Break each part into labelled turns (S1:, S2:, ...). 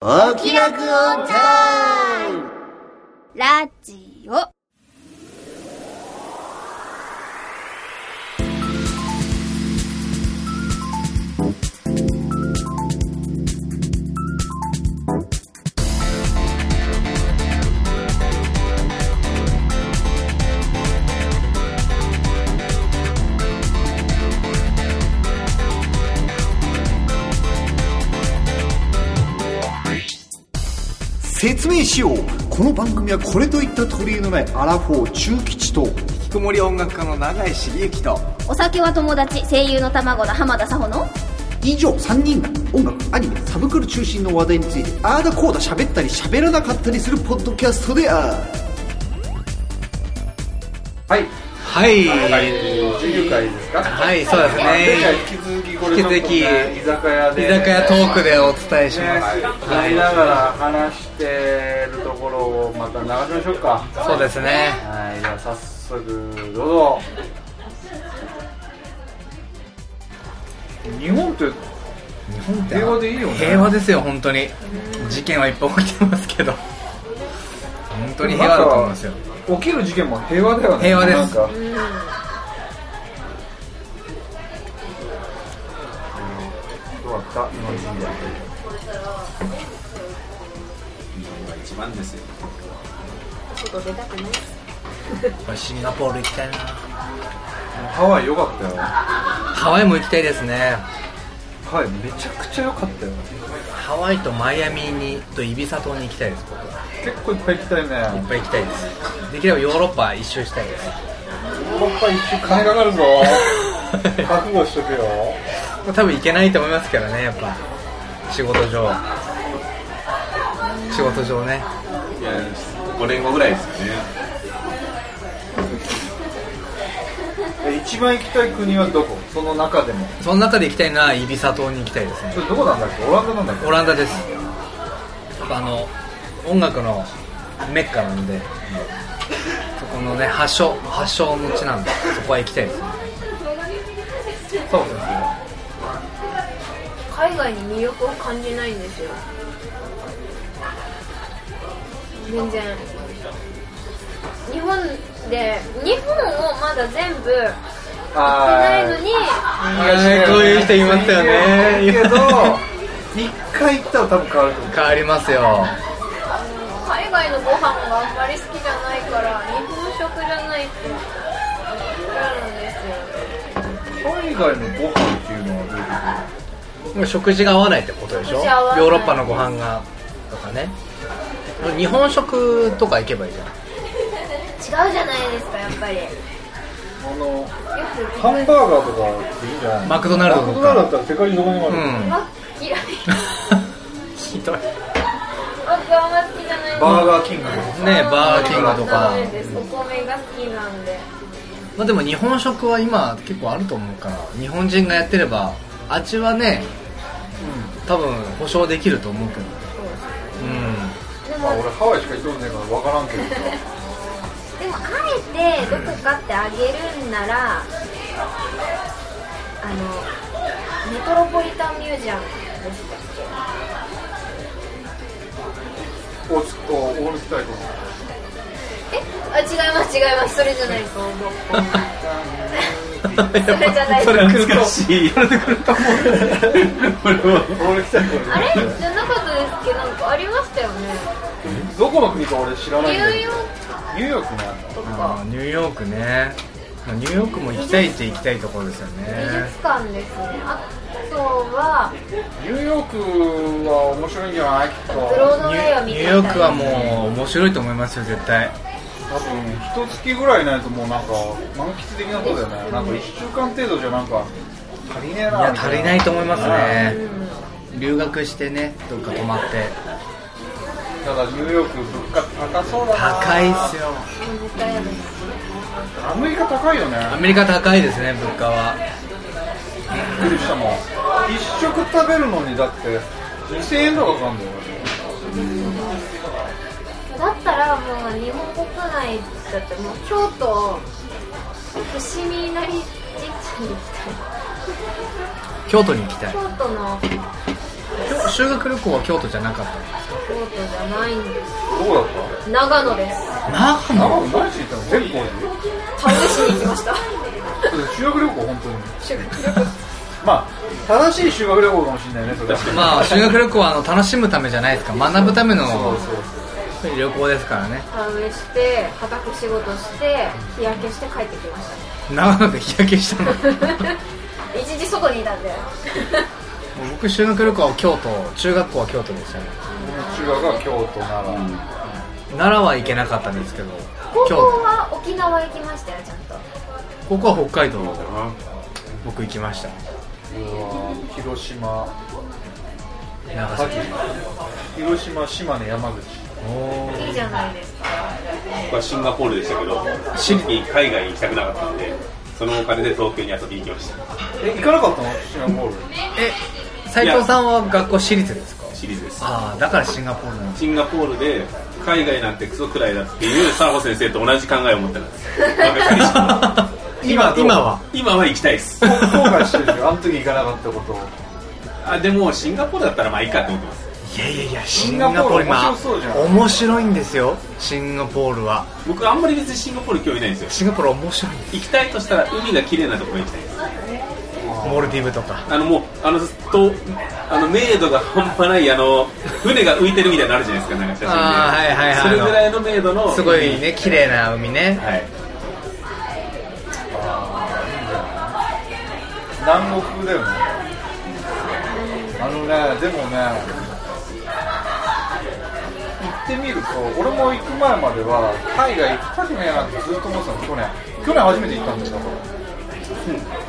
S1: お気楽オンタイム
S2: ラジオ。
S3: 説明しようこの番組はこれといった取り柄のないアラフォー中吉と
S4: 引きこもり音楽家の永井茂之と
S2: お酒は友達、声優の卵の浜田さほの。
S3: 以上3人が音楽アニメサブクル中心の話題についてああだこうだ喋ったり喋らなかったりするポッドキャストである
S5: はい。
S4: はい
S5: 19回ですか
S4: はいそうですね
S5: 前回引き続きこれちょっとね
S4: 引き続き
S5: 居酒屋
S4: 居
S5: で。
S4: 酒屋トークでお伝えし
S5: ね
S4: ます、
S5: やりながら話してるところをまた流しましょうか。
S4: そうですね
S5: はい、じゃあ早速どうぞ。日本って
S4: 日本って
S5: 平和でいいよね
S4: 平和ですよ本当に事件はいっぱい起きてますけど本当に平和だと思いますよ
S5: 起きる事件も平和だよね。
S4: 平和です
S5: なんかどうだった日本人で。
S4: 俺シンガポール行きたいな
S5: ハワイ良かったよ。
S4: ハワイも行きたいですね
S5: はい、めちゃくちゃ良かったよ。
S4: ハワイとマイアミにとイビサ島に行きたいです僕は
S5: 結構いっぱい行きたいね。
S4: いっぱい行きたいですできればヨーロッパ一周したいです
S5: ヨーロッパ一周金かかるぞ。 覚悟しとくよ。
S4: 多分行けないと思いますけどねやっぱ仕事上仕事上ね
S6: いや5年後ぐらいですよね
S5: え一番行きたい国はどこ？その中でも。
S4: その中で行きたいのはイビサ島に行きたいですね
S5: それどこなんだっけ？オランダなんだっけ？
S4: オランダですやっぱあの音楽のメッカなんでそこのね発祥発祥の地なんでそこは行きたいですね
S5: そうですよ。
S7: 海外に魅力を感じないんですよ全然日本で日本をまだ全部ないの
S5: あ
S7: に
S4: はいこういう人いますよね
S5: けど一回行ったら多分変わると思 う。
S4: 変わりますよ
S7: 海外のご飯があんまり好きじゃないから日本食じゃないと嫌なんですよ
S5: 海外のご飯っていうのはどういうこと？
S4: もう食事が合わないってことでしょヨ
S7: 食事合わない
S4: ーロッパのご飯がとかね日本食とか行けばいいじゃん
S7: 違うじゃないですかやっぱりよ
S5: あの
S7: く
S5: ハンバーガーとかっていいんじゃないの？
S4: マクドナルドとか
S5: マクドナルドだったら世界中どこにもある。
S4: うん
S7: あ嫌い
S4: ひどい
S7: 僕あんま好きじゃないんです
S5: バーガーキングとか。
S4: ねバーキングとか
S7: そうなんですお米が好きなんで
S4: まあでも日本食は今結構あると思うから日本人がやってれば味はね、多分保証できると思うけどう
S7: で
S5: まあ
S7: も
S5: 俺ハワイしか行ったことないから分からんけどさ
S7: でもあえてどこかってあげるんならあのメトロポリタンミュージアムでしたっ
S5: 大津と大貫太鼓
S7: けえあ違います違いますそれじゃないです
S4: ん
S7: それじゃな い
S4: それ
S6: 難しいやれてくれたもんね 俺は
S5: 大貫太鼓
S7: あれじゃなかったですけどなんかありましたよね
S5: どこの国か俺知ら
S7: ニ
S5: な
S7: ュー
S5: いんだけ
S7: ヨ
S5: どニューヨ
S7: ー
S5: ークなんだ
S7: クと
S4: あ
S7: か
S4: ーニューヨークねまあニューヨークも行きたいって行きたいところですよ
S7: 美
S4: ね
S7: 術館ですねあとは
S5: ニューヨークは面白いんじゃないきっと
S7: ブロードウ
S4: ニ
S7: ェイ
S4: ュ
S7: を見
S4: ニュ
S7: たい
S4: ーヨークはもう面白いと思いますよ絶対
S5: 多分一月ぐらいないともうなんか満喫的なことだよねなんか1週間程度じゃなんか足りねえ
S4: い
S5: な
S4: や
S5: みた
S4: 足りないと思いますね留学してねどっか泊まって
S5: うんただニューヨーク物価高そうだな
S4: 高いっすよ
S7: もう絶対嫌です
S5: アメリカ高いよね
S4: アメリカ高いですね物価は
S5: びっくりしたもん一食食べるのにだって2000円とかかかんだよ
S7: だったらもう日本国内だってもう京都伏見稲荷神社に行きたい
S4: 京都に行きたい
S7: 京都のおです
S4: 今日修学旅行は京都じゃなかった
S7: 京都じゃないんです
S5: どこだった
S7: 長野です
S4: 長
S5: 長
S4: 野
S5: 野何しに行ったの全光寺
S7: 田植えしに行きました
S5: 修学旅行本当に
S7: 修学旅行
S5: まあ正しい修学旅行かもしれないねそれは
S4: まあ修学旅行はあの楽しむためじゃないですか学ぶための
S5: そうそうそう
S4: 旅行ですからね
S7: 田植えして畑仕事して日焼けして帰ってきました
S4: 長野で日焼けした の
S7: 一時外にいたんで
S4: 僕修学旅行は京都中学校は京都でしたね
S5: 中学は京都なら、
S4: 奈良は行けなかったんですけど
S7: 高校
S4: 京都
S7: は沖縄行きましたよちゃんと
S4: ここは北海道僕行きました
S5: 広島
S4: 長崎
S5: 広島島根山口
S7: いいじゃないですか
S6: 僕はシンガポールでしたけど、
S4: シン
S6: 海外に行きたくなかったので、そのお金で東京に遊びに行きました。
S5: え行かなかったのシンガポール
S4: え斉藤さんは学校私立ですか
S6: シリーズです。
S4: ああだからシンガポールなんです
S6: シンガポールで海外なんてクソくらいだっていうサーホ先生と同じ考えを持ってたんです。若かりし
S4: 今今は
S6: 今は行きたいです。
S5: 後悔してるよあの時行かなかったことを
S6: あでもシンガポールだったらまあいいかと思ってます。
S4: いやいやいやシ
S5: シ
S4: ン
S5: ン
S4: ガ
S5: ガ
S4: ポ
S5: ポ
S4: ー
S5: ー
S4: ル
S5: ル
S4: 今
S5: 面白そうじゃん
S4: 面白いんですよシンガポールは
S6: 僕あんまり別にシンガポール興味ないんですよ。
S4: シンガポールは面白いんです
S6: 行きたいとしたら海が綺麗なところに行きたいです。
S4: モルディブとか
S6: あのもうあのずっとあの明度が半端ないあの船が浮いてるみたいなのあるじゃないですかなんか写真で
S4: あーはいはいはい
S6: それぐらいの明度の
S4: すごいね綺麗な海ね
S6: はい
S5: 南国風だよねあのねでもね行ってみると俺も行く前までは海外行きたくねえなってずっと思ってたの去年去年初めて行ったんだよ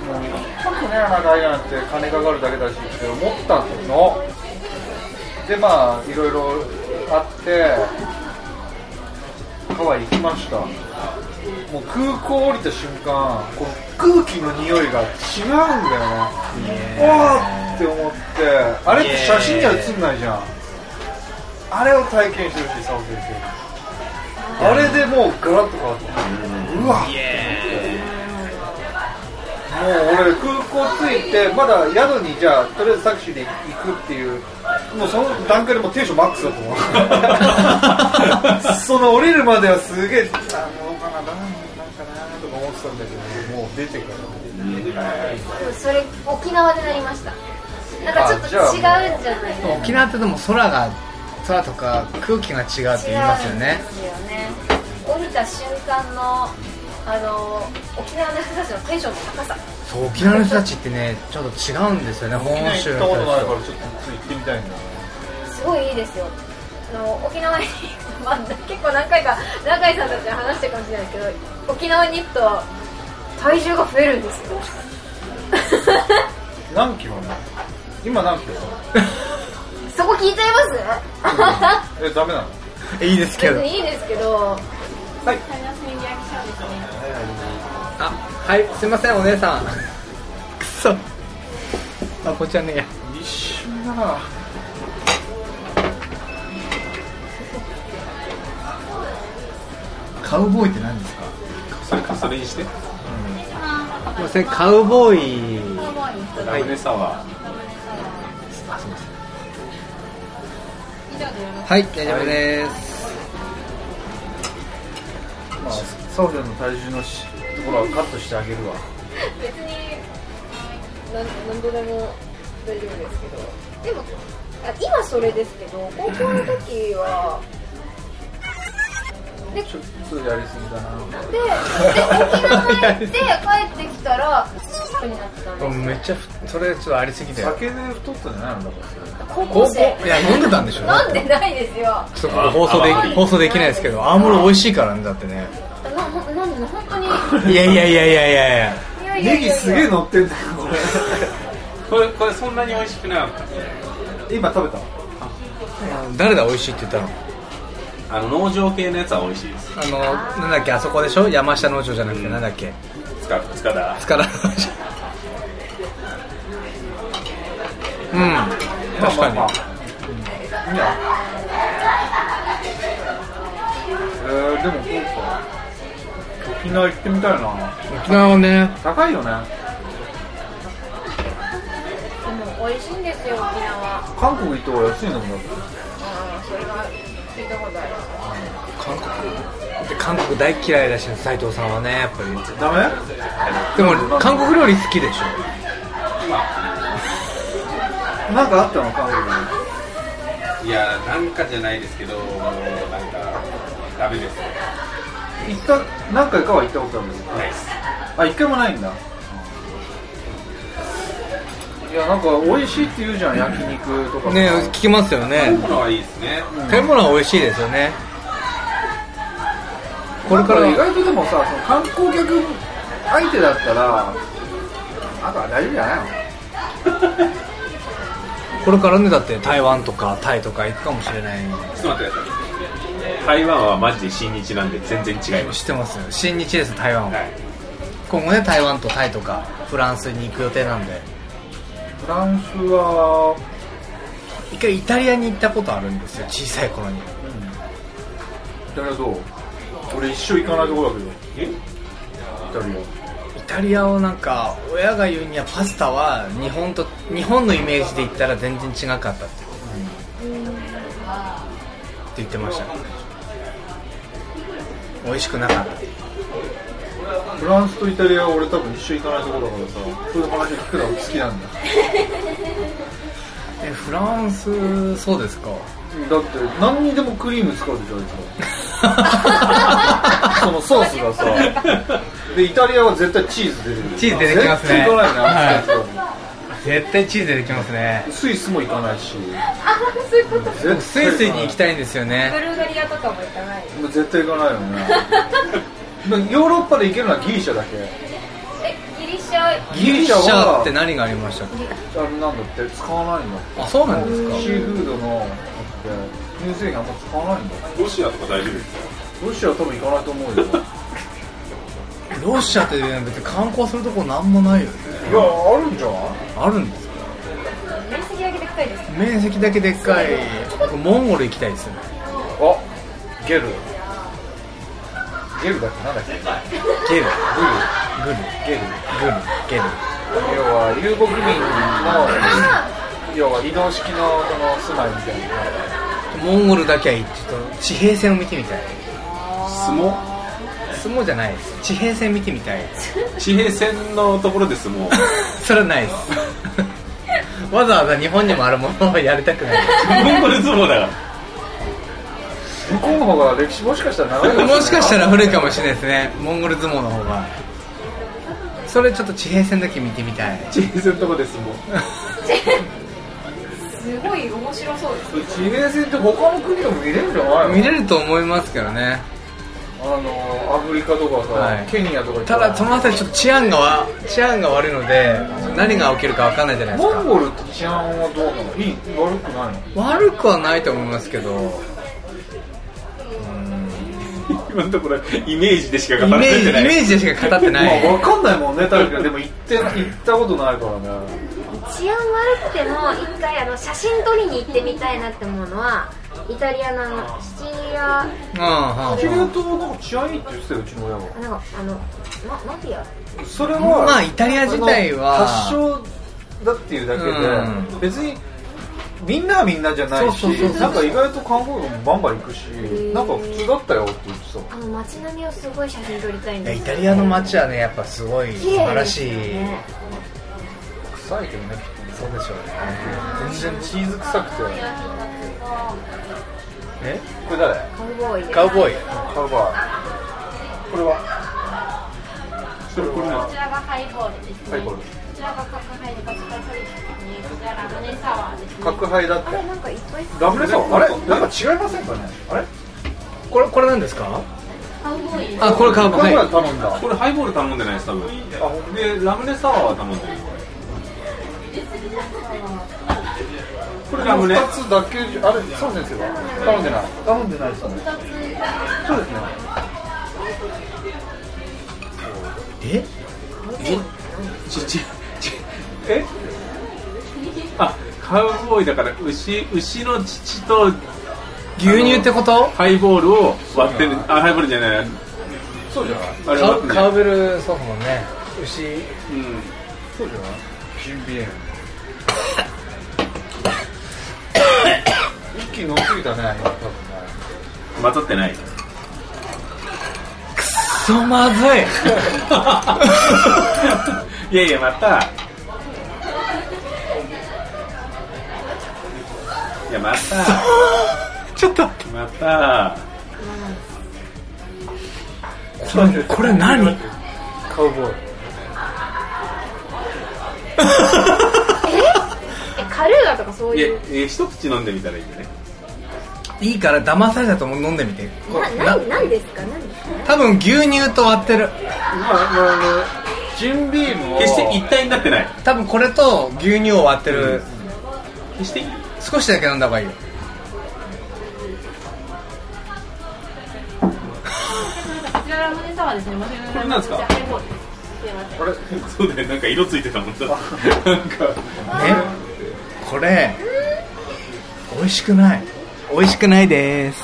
S5: だから、もう行きたくねえな海外なんて金かかるだけだしって思ったのでまあいろいろあってハワイ行きましたもう空港降りた瞬間この空気の匂いが違うんだよねわーって思ってあれって写真には写んないじゃんあれを体験してほしい佐尾先生あれでもうガラッと変わったうわもう俺空港着いてまだ宿にじゃあとりあえずタクシーで行くっていうもうその段階でもうテンションマックスだと思 うその降りるまではすげえあもうかななんかなとか思ってたんだけどもう出てから
S7: でもそれ沖縄でなりましたなんかちょっと違うんじゃないですか
S4: 沖縄ってでも空が空とか空気が違うって言いますよね
S7: 違うんですよね降りた瞬間のあの沖縄の人たちのテンションの高さ
S4: そう沖縄の人たちってねちょっと違うんですよね本
S5: 行
S4: 州
S5: った
S4: の
S5: こと
S4: 人
S5: ない
S4: たち
S5: からちょっと行ってみたいんだ
S7: すごいいいですよあの沖縄にまあ 結構何回か永井さんたちに話してるかもしれないけど沖縄に行くと体重が増えるんですよ
S5: 何キロなの今何キロ
S7: そこ聞いちゃいます
S5: えダメなの
S4: といいですけ
S7: 別
S4: ど
S7: にいいですけど
S4: あはいすいませんお姉さんくそあこっちはねえや
S5: 一瞬だな
S4: カウボーイって何ですか
S6: それかそれにして
S4: まあそれカウボーイ
S6: ラムネサワ
S4: はい大丈夫です、
S5: まあサオちゃんの体重のしところはカットしてあげるわ
S7: 別になん何度でも大丈夫ですけどでもあ今それですけど高校の時は
S5: ちょっとやりすぎだな
S7: でで沖縄行って帰ってきたらシップになってたんです
S4: めっちゃふそれちょっとありすぎて
S5: 酒で太ったんじゃないのだから
S7: 高
S4: 高
S7: 校
S4: 校
S7: 生
S4: いや飲んでたんでしょ
S7: 飲んでないですよ
S4: ちょっと放送で
S6: あ
S4: 放送できないですけどアーモル美味しいからねだってね
S7: なななんで本当に
S4: いやいやいやいやいやいや
S7: いやいや
S5: ネ
S7: い
S5: ギ
S7: や
S5: す
S7: い
S5: げえ
S7: や
S5: 乗ってんだよ
S6: ーこれこれそんなに美味しくなかっ
S5: これ今食べた
S4: 誰だ美味しいって言ったの
S6: たあの農場系のやつは美味しいです
S4: あのなんだっけあそこでしょ山下農場じゃなくてなんだっけ
S6: つかつかだ
S4: 塚田農場うん確かに、
S5: まあまあまいいやえー、でもそうか沖縄行ってみたいな
S4: 沖縄はね
S5: 高いよね
S7: 沖美味しいんですよ沖縄うん
S5: 韓国行った方が安いのもだって
S7: それは聞いたことある
S4: 韓国で韓国大嫌いらしいの斉藤さんはねやっぱり
S5: ダメ
S4: でも韓国料理好きでしょ
S5: なんかあったの韓国に
S6: いやなんかじゃないですけどもうなんかダメです
S5: 行った何回かは行ったことあるんです
S6: ないです
S5: あ一回もないんだいやなんか美味しいって言うじゃん焼肉とか
S4: ね聞きますよ
S6: 食べ
S4: ね
S6: 物はいいですね
S4: 食べ物は美味しいですよね
S5: これから意外とでもさその観光客相手だったらなんか大丈夫じゃないの
S4: これからねだって台湾とかタイとか行くかもしれない
S6: ちょっと待ってください台湾はマジで親日なんで全然違います
S4: 知ってますよ新日です台湾は
S6: はい
S4: 今後ね台湾とタイとかフランスに行く予定なんで
S5: フランスは
S4: 一回イタリアに行ったことあるんですよ小さい頃に
S5: イタリアどう俺一生行かないとこだけどイ
S6: え
S5: タリア
S4: イタリアをなんか親が言うにはパスタは日本と日本のイメージで言ったら全然違かったって,、って言ってました美味しくなかった
S5: フランスとイタリアは俺多分一生行かないとこだからさそういう話を聞くのが好きなんだ
S4: えフランスそうですか
S5: だって何にでもクリーム使うでしょあいつは そのソースがさでイタリアは絶対チーズ出てる
S4: チーズ出てきますね
S5: 絶対行かないねあいつは
S4: 絶対チーズ出てきますね
S5: スイスも行かないし
S7: あそういうこと
S5: 絶対
S4: スイスに行きたいんですよ
S7: ブ
S4: ね
S7: ルガリアとかも行かない
S5: もう絶対行かないよねヨーロッパで行けるのはギリシャだけ
S7: えギリシャ
S4: ギリシャって何がありましたっけ
S5: あれなんだって使わないんだって
S4: あそうなんですか
S5: シーフードのだって乳製品あんま使わないんだ
S6: ロシアとか大丈夫ですよ
S5: ロシアは多分行かないと思うよいや
S4: ロシアって別に観光するとこなんもないよね
S5: あるんじゃない
S4: あるんですか
S7: 面積上げてくたいです
S4: 面積だけでっかい僕モンゴル行きたいですよね
S5: あゲルゲルだっけなんだっけ
S4: ゲルグル
S5: ゲル
S4: グルゲル
S5: 要は遊牧民の要は移動式のその住まいみたいな
S4: モンゴルだけはちょっと地平線を見てみたい
S6: 相撲
S4: 相撲じゃないです地平線見てみたい
S6: 地平線のところです もう
S4: それはないですわざわざ日本にもあるものをやりたくない
S6: モンゴル相撲だから
S5: 向こうの方が歴史もしかしたら長い
S4: もしかしたら
S5: 古
S4: 古いかもしれないですねモンゴル相撲の方がそれちょっと地平線だけ見てみたい
S6: 地平線のとこですもう
S7: すごい面白そうです
S5: 地平線って他の国でも見れるんじゃないの
S4: 見れると思いますけどね
S5: あのアフリカとかさ、
S4: はい
S5: ケニアとか行った
S4: た
S5: ら
S4: だその辺りちょっと治安がわ治安が悪いので何が起きるか分かんないじゃないです
S5: モン
S4: か
S5: ゴルって治安はどうなのいい悪くないの
S4: 悪くはないと思いますけど
S6: 今のところイメージでしか
S4: イ
S6: 語っ
S4: メージ
S6: てんじゃない
S4: イメージでしか語ってない
S5: まあ分かんないもんね確かにでも行ってな行ったことないからね
S7: 治安悪くても一回あの写真撮りに行ってみたいなって思うのはイタリアのあのシチリア
S4: う
S5: キリ
S4: んうんう
S5: ア
S4: ん
S5: 島なんか治安いいって言ってたようちの親は
S7: なんかあのママフィア
S5: それは、
S4: まあイタリア自体は
S5: 発祥だっていうだけで、
S4: うん
S5: 別にみんなはみんなじゃないし
S4: そうそうそうそう
S5: なんか意外と観光客もバンバン行くしなんか普通だったよって言って
S7: あの街並みをすごい写真撮りたいん
S4: いや
S7: で
S4: イ
S7: す
S4: タリアの街はねやっぱすごい素
S7: 綺麗
S4: 晴ら
S7: で
S4: し
S7: す
S4: い
S7: よね
S5: た臭いけどね
S4: そうでしょうね
S5: 全然チーズ臭くて
S4: え
S5: これ誰
S7: カウボーイで
S4: カウボーイ
S5: カウバーこれはそれこれは
S8: こちらがハイボールです
S5: ハ
S8: ね。
S5: イボール
S8: こちらが角ハイでバチカルトリーですね。こちらラムネサワーですね。
S5: 角杯だっ
S7: あ
S5: て
S7: れなんかいっぱい
S5: ラムネさんあれなんか違いませんかねあれ
S4: これこれなんですか
S8: ハイボール
S4: あこれカウボ
S5: カ
S4: ー
S5: ウ
S4: イ
S5: バ
S4: は
S5: ー頼んだ
S6: これハイボール頼んでないです多分でラムネサワーは頼んでる
S5: これラムネ2つだけじゃあれそう先生は頼んでない頼んでないですねそうです
S4: い
S5: ね
S4: え
S6: ちち
S5: え
S6: あカウボーイだから牛牛の乳と
S4: 牛乳ってこと
S6: ハイボールを割ってるあハイボールじゃないあ
S5: そうじゃない
S6: れ
S4: カ
S6: 割っ
S4: ウ
S6: て
S4: カ
S6: る
S4: ウベルそうかもね牛
S6: うん
S5: そうじゃないジンビエいたね今多分ね
S6: 混ざってない
S4: そうまずい
S6: いやいやまたいやまた
S4: ちょっと待
S6: ま た
S4: ってこれ何
S5: カウボーイ
S7: えカルーアとかそう
S6: い
S7: いう
S6: やいや一口飲んでみたらいいんじゃない
S4: いいから騙されたと思う飲んでみてこ
S7: な
S4: れ
S7: ななんですか何ですか
S4: 多分牛乳と割ってる
S5: 今あのジンビームを
S6: 決して一体になってない
S4: 多分これと牛乳を割ってる、
S6: 決して
S4: 少しだけ飲んだ方がいいよ
S8: こちらラムネサワーですね。申し訳ございませ
S6: これなんですか
S8: じゃあハイボールですすいません。
S5: あれ
S6: そうだよなんか色ついてたもんだってなんか
S4: えこれ美味しくない美味しくないです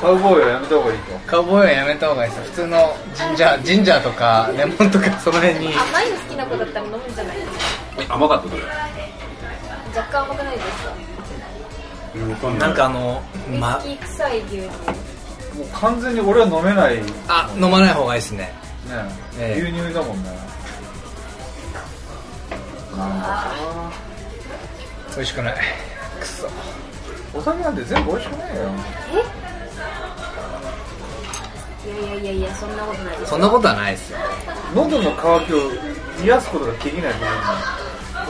S5: カウボーイはやめた方がいいと
S4: カウボーイはやめた方がいいです普通のジンジャージンジャーとかレモンとかその辺に
S7: 甘いの好きな子だったら飲むんじゃないです
S6: え甘かったそれ
S7: か若干甘くないですか
S6: うんわか
S4: なんかあの
S7: ウイ
S4: ま
S7: スキー臭い牛乳
S5: もう完全に俺は飲めないね
S4: あ飲まない方がいいですねええ
S5: 牛乳だもんね
S4: 美味しくない
S5: お酒なんて全部美味しくないよ
S7: いやいやいやいやそんなことないです
S4: そんなことはないですよ
S5: 喉の渇きを癒やすことができないと思うんだよ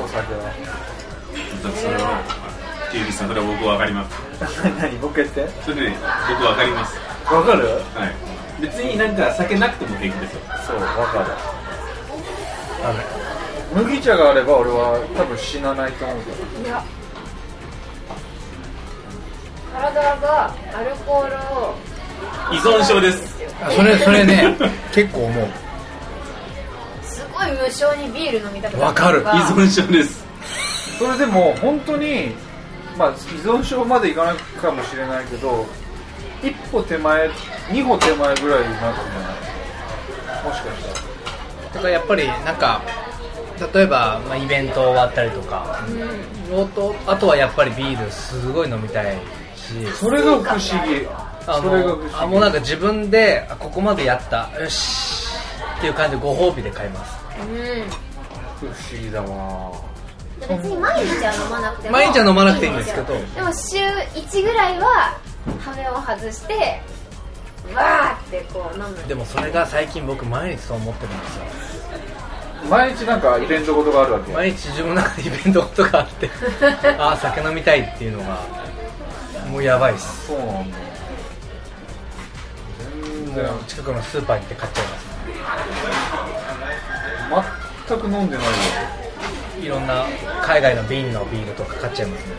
S5: お酒は
S6: それはキュウリさんそれは僕わかります
S5: 何ボケって
S6: それね僕わかります
S5: わかる
S6: はい別になんか酒なくても平気ですよ
S5: そうわかる麦茶があれば俺は多分死なないと思うけど
S7: いや体がアルコールを
S6: 依存症です
S4: あそれそれ ね結構思う
S7: すごい無償にビール飲みたくなる
S4: わかる
S6: 依存症です
S5: それでも本当にまあ依存症までいかないかもしれないけど一歩手前二歩手前ぐらいになってんじゃないもしかしたら
S4: だからやっぱりなんか例えば、まあ、イベント終わったりとか、あとあとはやっぱりビールすごい飲みたいし
S5: それが不思議それ
S4: あ
S5: が
S4: の
S5: 不
S4: あ
S5: 思
S4: もう
S5: 議
S4: なんか自分であここまでやったよしっていう感じでご褒美で買います
S5: 不
S7: う
S5: 思議だわ
S7: ん別に毎日は飲まなくても
S4: 毎日は飲まなくていいんですけど
S7: でも週1ぐらいは羽目を外してわーってこう飲む
S4: でもそれが最近僕毎日そう思ってるんですよ
S5: 毎日なんかイベントことがあるわけ
S4: 毎日自分の中でイベントとかあって ああ酒飲みたいっていうのがもうやばいっす
S5: そうなんだ全
S4: も
S5: 然
S4: う近くのスーパーに行って買っちゃいます
S5: 全く飲んでないよ
S4: いろんな海外の瓶のビールとか買っちゃいますね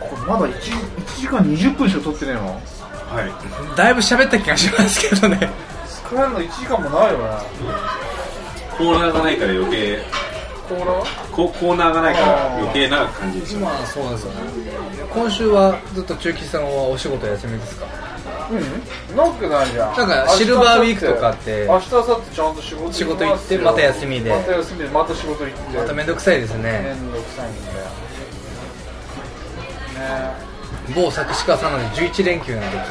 S5: これまだ 1, 1時間20分しか撮ってねえの
S6: はい
S4: だいぶ喋った気がしますけどね
S5: 使えるの1時間もないよね
S6: コーナーがないから余計
S5: コーラ
S6: ココーナーがないから余計な感じでしょ
S4: まあそうですよね今週はずっと中吉さんはお仕事休みですか
S5: うんなわけないじゃん
S4: なんかシルバーウィークとかって
S5: 明日明後日ちゃんと仕事
S4: 仕事行ってまた休みで
S5: また休みでまた仕事行って
S4: また面倒くさいです
S5: め
S4: ね
S5: んどくさいんだよね
S4: 某作詞家さんなんで11連休なんで聞いて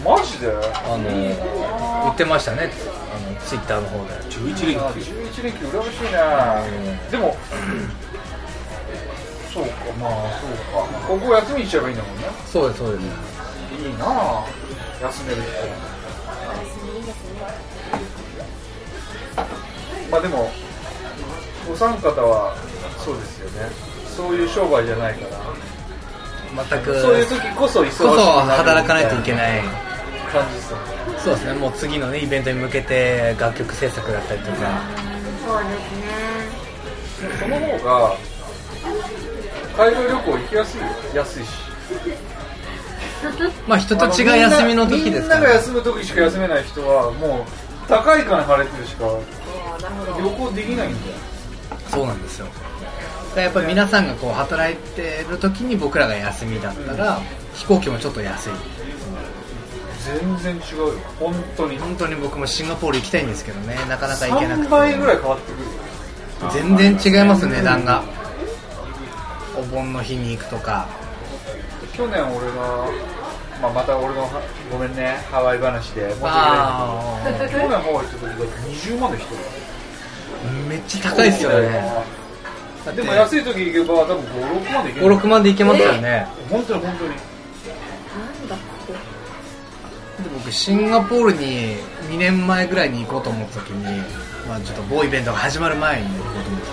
S5: えマジで
S4: あの言ってましたねあのツイッターの方で
S6: 11連
S5: あ
S6: 休
S5: 11連休羨ましいねでもそうかまあそうか高校休みにしちゃえばいいんだもんね
S4: そうですそうです
S5: いいなあ休めるってまあでもお三方はそうですよねそういう商売じゃないから
S4: 全く
S5: そういう時こそ忙しく
S4: こ
S5: なる
S4: そ働かないといけ
S5: い
S4: ない
S5: 感じですよね
S4: そうですねもう次のねイベントに向けて楽曲制作だったりとか
S7: そうですね
S5: その方が海外旅行行きやすいよ安いし
S4: まあ人たちが休みの時ですか
S5: みんなが
S4: ら
S5: 休む時しか休めない人はもう高い金払ってるしか旅行できないんだよ
S4: そうなんですよだからやっぱり皆さんがこう働いてる時に僕らが休みだったら飛行機もちょっと安い
S5: 全然違うよ本当に
S4: 本当に僕もシンガポール行きたいんですけどねなかなか行けなくて
S5: 3倍ぐらい変わってくるよ
S4: 全然違います値段がお盆の日に行くとか
S5: 去年俺の、まあ、また俺のはごめんねハワイ話で申し訳
S4: あ
S5: ないんだけど去年ハワイ行った時だって20万の人だよ
S4: めっちゃ高いですよね
S5: でも安い時行けば多分56万で行ける
S4: 56万で行けますよね
S5: 本当に本当に
S4: で僕シンガポールに2年前ぐらいに行こうと思った時に、まあ、ちょっと某イベントが始まる前に行こうと思った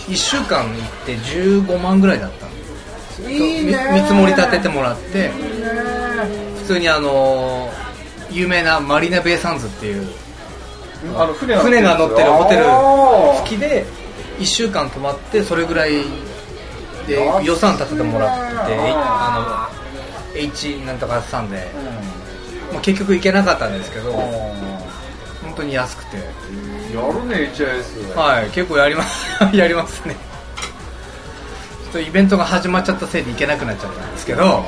S4: 時に1週間行って15万ぐらいだったんです
S5: いいね
S4: み見積もり立ててもらって普通にあの有名なマリーナ・ベイ・サンズっていう
S5: あの船
S4: 船が乗ってるホテル
S5: 好
S4: 付きで1週間泊まってそれぐらいで予算立ててもらって
S5: 安いね
S4: あの H なんとかさんで、まあ、結局行けなかったんですけど本当に安くて
S5: やるね HIS
S4: はい結構やります やりますねちょっとイベントが始まっちゃったせいで行けなくなっちゃったんですけど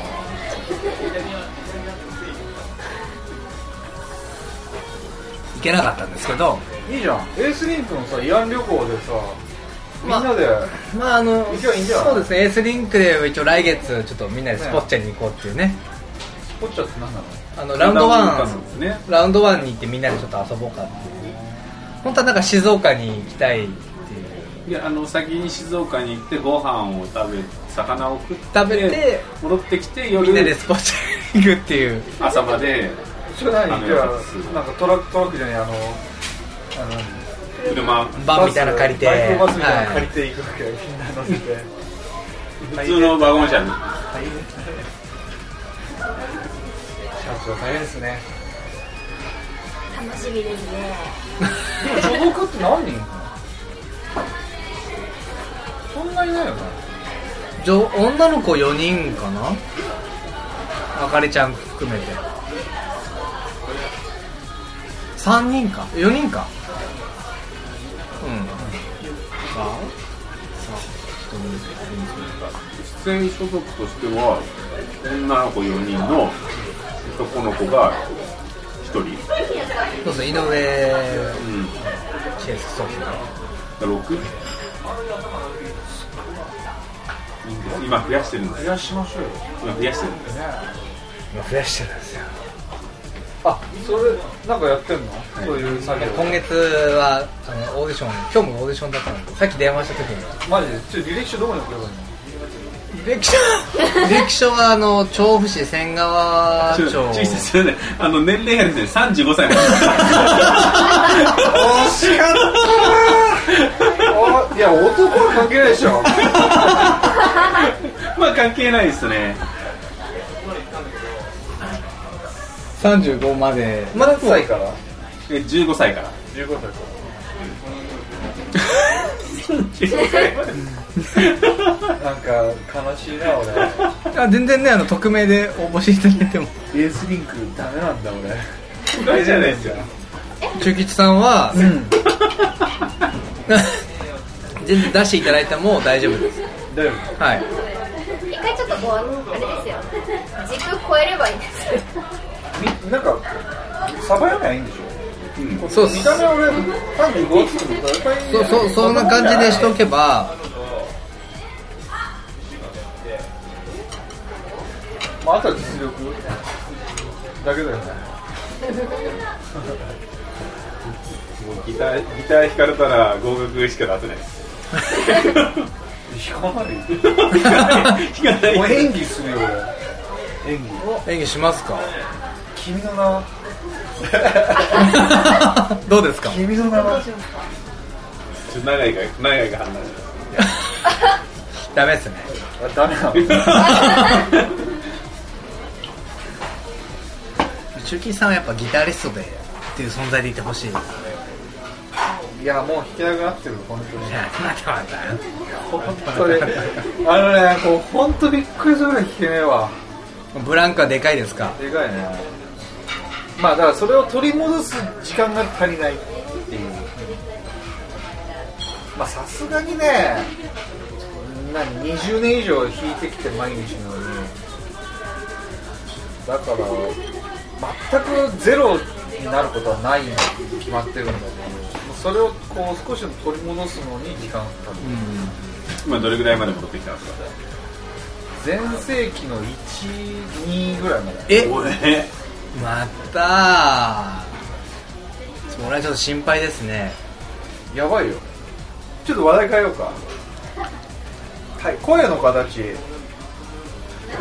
S4: 行けなかったんですけど
S5: いいじゃんエースリンクのさ慰安旅行でさみんなで
S4: まああの
S5: いいじゃんいいじゃん
S4: そうですねエースリンクで一応来月ちょっとみんなでスポッチャに行こうっていうね
S5: スポッチャって何なの
S4: あのラウンドワ
S6: そうですね
S4: ンラウンドワンに行ってみんなでちょっと遊ぼうかっていう本当はなんか静岡に行きたいっていう
S6: いやあの先に静岡に行ってご飯を食べ魚を食って
S4: 食べて
S6: 戻ってき
S4: み
S6: て
S4: んなで
S6: 夜
S4: スポッチャに行くっていう
S6: 朝まで
S5: それ何
S6: あの
S5: じゃあ
S6: やつ
S5: なんかトラックトラックじゃねえあのあの
S6: 車
S4: バンみたいなの借りて
S5: バイクバスみたいなの
S4: は
S5: 借
S4: い
S5: りていくわけよみんな乗せ て
S6: 普通のワゴン車
S5: 大変
S6: に
S5: だね社長大変ですね
S7: 楽しみですね
S5: 所属って何人いるのそんなにないよな
S4: じょ女の子4人かなあかりちゃん含めて3人か4人かうん
S6: 出演所属としては女の子4人の男の子が1人、
S4: そうそう井上
S6: うん、
S4: シェスソフィ
S6: 6今増やしてるんです
S5: 増やしましょうよ
S6: 今増やしてるんです
S4: 今増やしてるんですよ
S5: あそれなんかやってんの、そういう作業
S4: 今月はあのオーディション今日もオーディションだったんでさっき電話した時に
S5: マジでちょ履歴書どこに送ればいいの
S4: 歴史歴史はあの調布市仙川町
S6: ちょちょちょねあの年齢がですね35歳ま で
S5: 惜しかったーあいや男は関係ないでしょ
S6: まあ関係ないですね
S4: 35までまだ
S5: 歳から
S6: え15歳から
S5: 15歳から
S6: 15歳まで
S5: なんか悲しいな俺
S4: あ全然ねあの匿名で応募していただいても
S5: エースリンクダメなんだ俺
S6: 大事じゃないですよ
S4: 中吉さん は、
S5: ん
S4: 全然出していただいても大丈夫です
S5: だよ
S4: はい
S7: 一回ちょっとこうあれですよ時空超えればいいんです
S5: みなんかサバ読めばいいんでしょ、
S4: そうっす
S5: 見た目俺35つとか大体いい
S4: そ
S5: や
S4: そそんな感じでしとけば
S5: まあ、あとは実力だけだよね
S6: もうギターギター弾かれたら合格しか出せないです
S5: 弾かないよ
S6: 弾かない
S5: もう
S6: です
S5: 演技するよ俺演技
S4: 演技します か
S5: 君の名
S4: どうですか
S5: 君の名は
S6: ちょっと長いが長いが反応し
S4: ダメですね
S5: あダメなの
S4: 中吉さんはやっぱギタリストでっていう存在でいてほしいです
S5: いやもう弾けなくなってる本当に
S4: いやまたま
S5: 本当にあのねこう本当びっくりするぐらい弾けねえわ
S4: たブランクはでかいですか
S5: でかいねまあだからそれを取り戻す時間が足りないっていうまあさすがにね何20年以上弾いてきて毎日のようにだから全くゼロになることはないに決まってるんだけどもうそれをこう少しでも取り戻すのに時間がかかる、
S6: 今どれぐらいまで戻ってきたんですか
S5: 全盛期の12ぐらいまで
S4: え
S6: おえ
S4: またそれはちょっと心配ですね
S5: やばいよちょっと話題変えようかはい声の形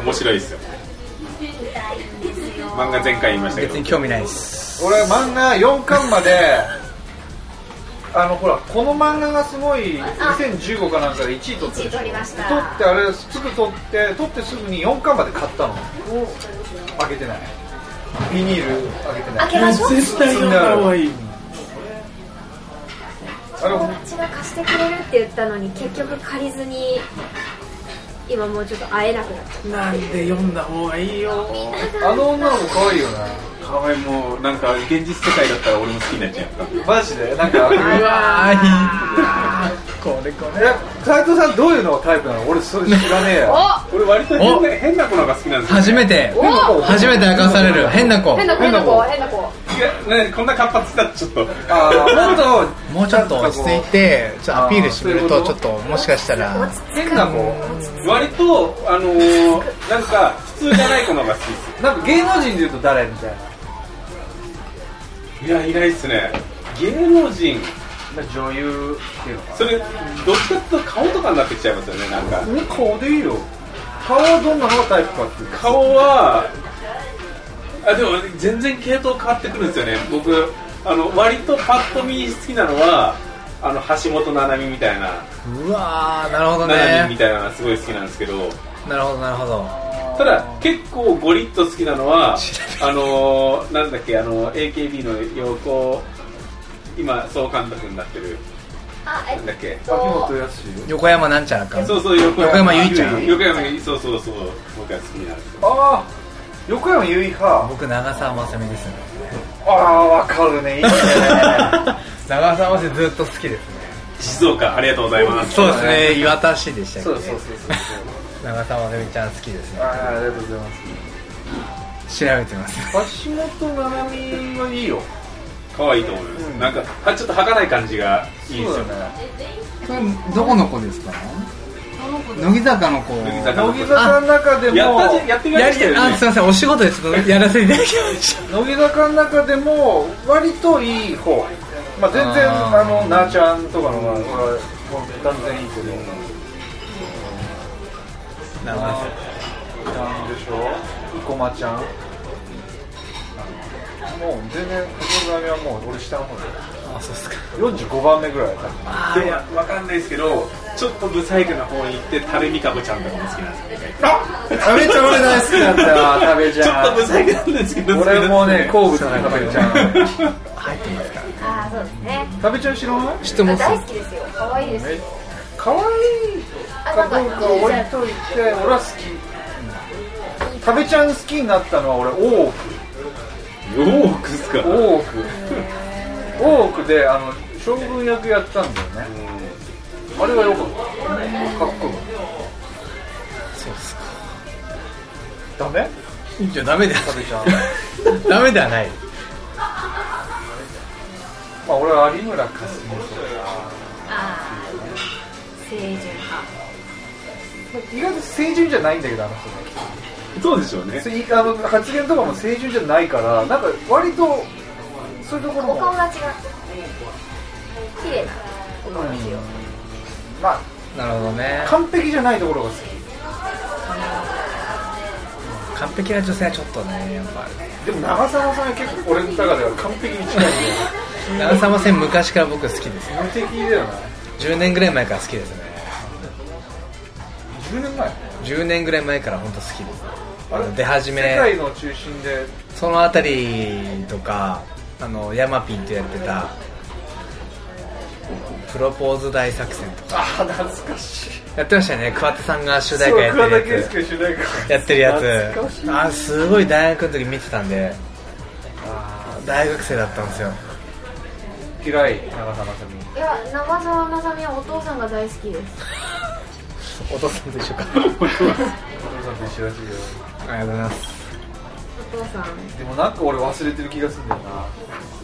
S6: 面白いですよ漫画前回言いましたけ
S4: 別
S6: ど
S4: に興味ないです
S5: 俺漫画4巻まで あのほらこの漫画がすごい2015かなんかで1位取ってるでしょ
S7: 取りました
S5: 取ってあれすぐ取って取ってすぐに4巻まで買ったの開けてないビニール開けてない
S7: 開けましょう
S6: 絶対読んだ方がいい
S5: あれ
S7: 友達が貸してくれる って言ったのに結局借りずに今もうちょっと会えなくなっちゃっ
S4: なんで読んだ方がいいよ
S5: あの女の子可愛いよな
S6: 可愛いもうなんか現実世界だったら俺も好きになっちゃうやっ
S5: マジでなんか
S4: うわーい これこれ
S5: え斉藤さんどういうのがタイプなの俺それ知らねえや
S6: ぱ俺割と変な変な子の方が好きなんですよ、
S4: 初めて
S5: 変な子
S4: 初めて明かされる変な子
S7: た変な子変な子変な子
S6: いやねこんな活発だとちょっと
S5: あーもっ
S4: もうちょっと落ち着いてちょっとアピールしてくるとちょっともしかしたら
S5: と変な子
S6: 割とあのー、なんか普通じゃない子の方が好きです
S5: なんか芸能人でいうと誰みたいな
S6: よいやいないっすね芸能人
S5: 女優っていうのか
S6: それどっちかっていうと顔とかになってきちゃいますよねなんか
S5: な顔でいいよ顔はどんなのがタイプかっていう
S6: 顔はあでも全然系統変わってくるんですよね僕あの割とパッと見好きなのはあの橋本奈々美みたいな
S4: うわーなるほど
S6: 奈々美み
S4: ね
S6: たいなのがすごい好きなんですけど
S4: なるほどなるほど
S6: ただ結構ゴリッと好きなのはあのー、なんだっけあの AKB の横今総監督になってる
S7: あえ
S6: なんだっけ
S5: 秋元康
S4: 横山なんちゃらか
S6: そうそう横
S4: 横山由依ちゃん
S6: 横山由依そうそうそう僕は好きになる
S5: ああ横山由依か
S4: 僕長澤まさみですね
S5: ああわかるねいいね
S4: 長澤まさみずっと好きですね
S6: 静岡ありがとうございます
S4: そうですね岩田市でしたっけ
S5: そうそうそうそう
S4: 長澤まさみちゃん好きですね
S5: ああありがとうございます
S4: 調べてます
S5: 橋本奈々美はいいよ
S6: 可愛いと思います、
S5: うん
S6: なんかはちょっと儚い感じがいいですよね
S5: ね
S9: これどこの子ですか乃木坂の子
S6: 乃木坂
S5: 乃木坂の中でも
S6: やったじゃやってみま
S4: や
S6: した
S4: り
S6: よ
S4: あ
S6: ね
S4: すいませんお仕事でちょっとやらせていただきま し
S5: 乃木坂の中でも割といい方まあ全然
S4: あ
S5: あのなーちゃんとかの方が断然いいけど
S4: たなるほ
S5: なんでしょう生駒ちゃんもう全然細波はもう俺下の方だよ
S4: どあそうっすか
S5: 45番目ぐらいだ
S6: でもわかんないですけどちょっとブサイクな方に行ってタレミカゴちゃんとかも好きなんですよ
S5: 食べちゃん俺大好きだったわ食べち
S6: ちょっ
S5: ゃ
S6: とブサイクなんですけど
S5: ん俺もね
S6: 好
S5: 好物なの食べちゃん
S4: 入ってますか
S7: ああそうですね
S5: 食べちゃん知らない
S4: 知って
S7: あ
S4: ます
S7: 大好きですよ可愛いです
S5: め可愛い
S7: あ
S5: か
S7: なんか
S5: どうか置いといて俺は好き食べちゃん好きになったのは俺大奥
S6: きよーくっすか
S5: 大奥大奥であの将軍役やったんだよねあれはよかったかっこよかったダメ
S4: いやダメだよ
S5: 食べちゃう
S4: ダメではない
S5: まあ俺は有村架純
S7: ああ清純派
S5: 意外と清純じゃないんだけどあの人ね
S6: そうでしょうね
S5: それあの発言とかも清純じゃないからなんか割とそういうところも
S7: お顔が違う綺麗なお顔ですよ
S5: まあ
S4: なるほどね
S5: 完璧じゃないところが好
S4: 完璧な女性はちょっとねやっぱ
S5: きでも長澤さんは結構俺の中では完璧に近い
S4: 長澤まさみ昔から僕好きです
S5: 無敵だよね
S4: 10年ぐらい前から好きですね
S5: 10年前
S4: 10年ぐらい前から本当好きです
S5: あ
S4: あの出始め
S5: 世界の中心で
S4: そのあたりとかあのヤマピンとやってたプロポーズ大作戦とか
S5: ああ懐かしい
S4: やってましたよね桑田さんが主題
S5: そう
S4: 歌や
S5: 桑田
S4: って
S5: 佳
S4: るやつ
S5: 祐主題歌
S4: やってるや
S5: 懐かしい
S4: つあすごい大学の時見てたんで大学生だったんですよ
S5: 嫌い長澤まさみ
S7: いや長澤まさみはお父さんが大好きです
S4: お父さんと一緒か
S5: お父さんと一緒らしいよ
S4: ありがとうございます
S7: お父さん
S5: でもなんか俺忘れてる気がするんだよな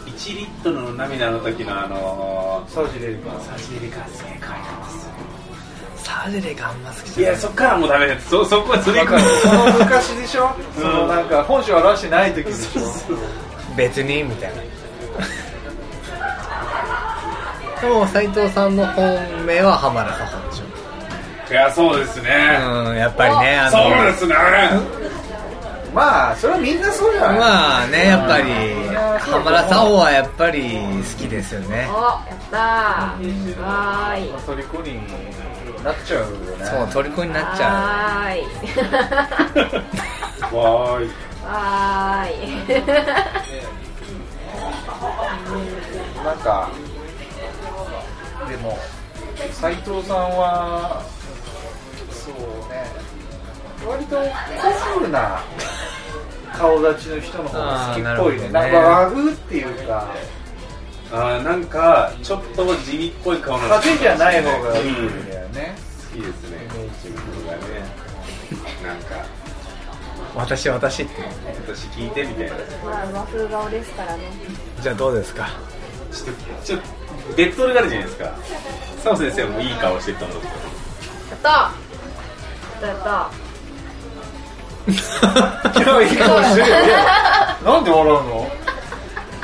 S6: 1リットルの涙の時のあの
S5: サウジレイカ
S6: ー、差し入れがすげえ可愛かったっす
S4: サレレがあんま好きじ
S6: い
S4: ゃな
S6: や
S4: い
S6: そっからもうダメだよそそこはずれ
S5: なん
S6: 込
S5: か
S6: む
S5: その昔でしょ、そのなんか本性を表してない時でしょ
S4: 別にみたいなでも斎藤さんの本命は浜田さんでしょ
S6: いやそうですね、
S4: うんやっぱりねあ
S6: そう
S4: の
S6: ですね
S5: まあそれはみんなそうじゃない、
S4: まあねやっぱり
S5: うん
S4: 浜田さんはやっぱり好きですよね
S7: おやったーわーい
S5: まあ、トリコになっちゃうよね
S4: そう虜になっちゃ
S7: わーい
S6: わーい
S7: わーい
S5: なんかでも斎藤さんはそうね割と古風な顔立ちの人の方が好きっぽいね
S4: あーな
S5: な
S4: るほどね
S5: んか和風っていうか
S6: あーなんかちょっと地味っぽい顔の人
S5: 派手じゃない方がいい
S6: うん
S5: だよね、
S6: 好きですね自分がねなんか
S4: 私私って
S6: 私聞いてみたいな
S7: まあ和風顔ですからね
S4: じゃあどうですか
S6: ちょっとちょっとベッドルがあるじゃないですか佐野先生もいい顔してると思うけど
S7: やったーやったやっ
S5: 今日いい顔してるよ なんで笑うの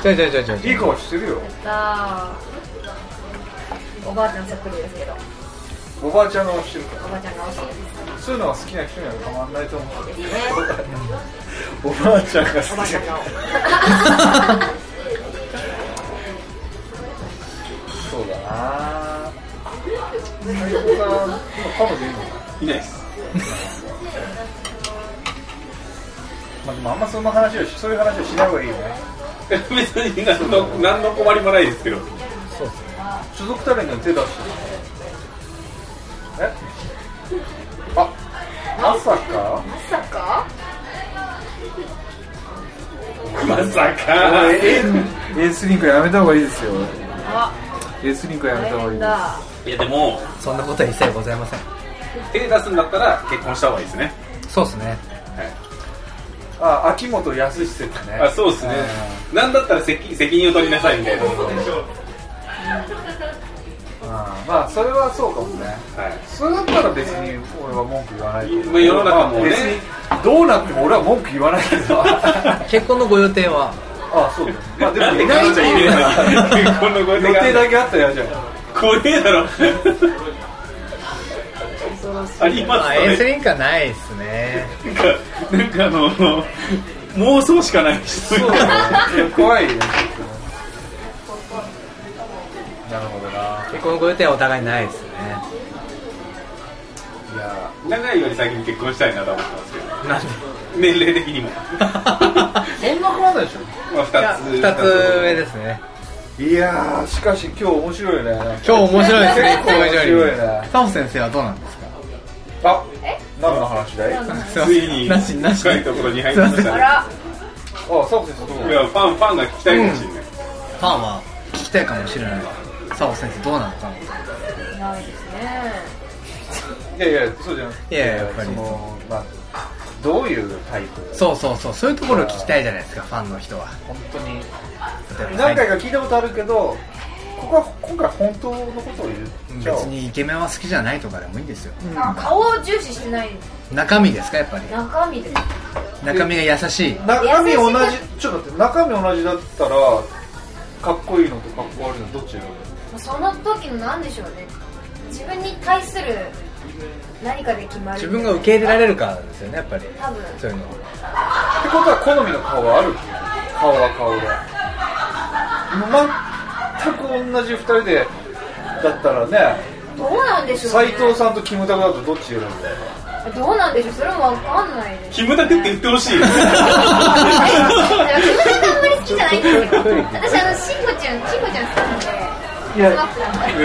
S4: じゃあじゃあじゃあじゃあ
S5: いい顔してるよ
S7: たやったーおばあちゃんそっくりですけど
S5: おばあちゃんが顔してるか
S7: おばあちゃんが欲しいです
S5: らそういうのが好きな人にはたまんないと思うけど
S7: ね
S5: おばあちゃんが好
S7: おばあ
S5: き
S7: ちゃんが
S5: そうだな斎藤さん今彼女いるの
S6: いないです
S5: まあ、でもあんまその話をしそういう話をしない方がいいよね
S6: 別に何の何の困りもないですけど
S5: 所属タレントに手出してるえあまさか
S7: まさか
S6: まさか
S5: エースリンクやめた方がいいですよ
S7: あ
S5: エースリンクやめた方
S7: 大
S5: がいい
S7: 変
S5: で
S7: だ
S6: いやでも
S4: そんなことは一切ございません
S6: 手出すんだったら結婚した方がいいですね
S4: そうですね
S5: すあ秋元康説ね
S6: あそうですねなんだったら責責任を取りなさいみたいな
S5: あまあそれはそうかもね
S6: はい
S5: それだったら別に俺は文句言わない
S6: まあ世の中もね
S5: 別にどうなっても俺は文句言わないけどあ
S4: 結婚のご予定は
S5: そうだよ、ね、まあで
S6: なん
S5: も
S6: で
S5: いないと
S6: 彼女い
S5: い
S6: る
S5: う
S6: のに結
S5: か
S6: 婚のご
S5: 予
S6: 予定
S5: 定
S6: が
S5: だけあったら嫌じゃん
S6: 怖えだろ
S7: 恐ろしい
S6: あり
S4: ま
S6: ま
S4: あ
S6: すよ
S4: エース
S6: ね
S4: リンクはないですね
S6: なんかなんかあの妄想しかない人
S5: そうだ ね怖いよねなるほどな
S4: 結婚のご予定はお互いないですね
S5: いや
S6: 長いより先に結婚したいなと思ってますけど
S4: なんで
S6: 年齢的に もまあ
S5: そんな変わんないでし
S6: 2つ
S4: 2つ上ですね
S5: ょいやーしかし今日面白いね
S4: 今日面白いですね
S5: 結構面白いね
S4: サオ先生はどうなんですか
S5: あ何の話だいあ
S6: ついに
S4: なしなし
S6: 深いところに入りました
S7: あ
S6: ね
S7: ら
S5: サボ先生ど
S6: いうやファンファンが聞きたいかもしれない、
S4: ファンは聞きたいかもしれないサオ先生どうなのかない
S7: ないですね
S5: いやいやそうじゃない
S4: いやいややっぱり
S5: そのまあどういうタイプ
S4: そうそうそうそういうところを聞きたいじゃないですかファンの人は
S5: 本当に
S4: 例えば
S5: 何回か聞いたことあるけどここは今回本当のことを言っちゃおう
S4: 別にイケメンは好きじゃないとかでもいいんですよ
S7: 顔を重視してない
S4: 中身ですかやっぱり
S7: 中身です
S4: 中身が優しい
S5: 中身同じちょっと待って中身同じだったらかっこいいのとかっこ悪いのどっち選ぶ
S7: その時のなんでしょうね自分に対する何かで決まる
S4: 自分が受け入れられるからですよねやっぱり
S7: 多分
S4: そういうの
S5: ってことは好みの顔はある顔は顔が全く同じ2人でだったらね
S7: どうなんでしょう、
S5: 斎
S7: ね、
S5: 藤さんとキムタクだとどっち選ぶんだよ
S7: どうなんでしょうそれもわかんないです
S6: キムタクって言ってほ しい
S7: いやキムタクあんまり好きじゃないんですけど私あのしんごちゃんしんごちゃん好きなんで
S5: いや
S7: スマップなんで
S6: え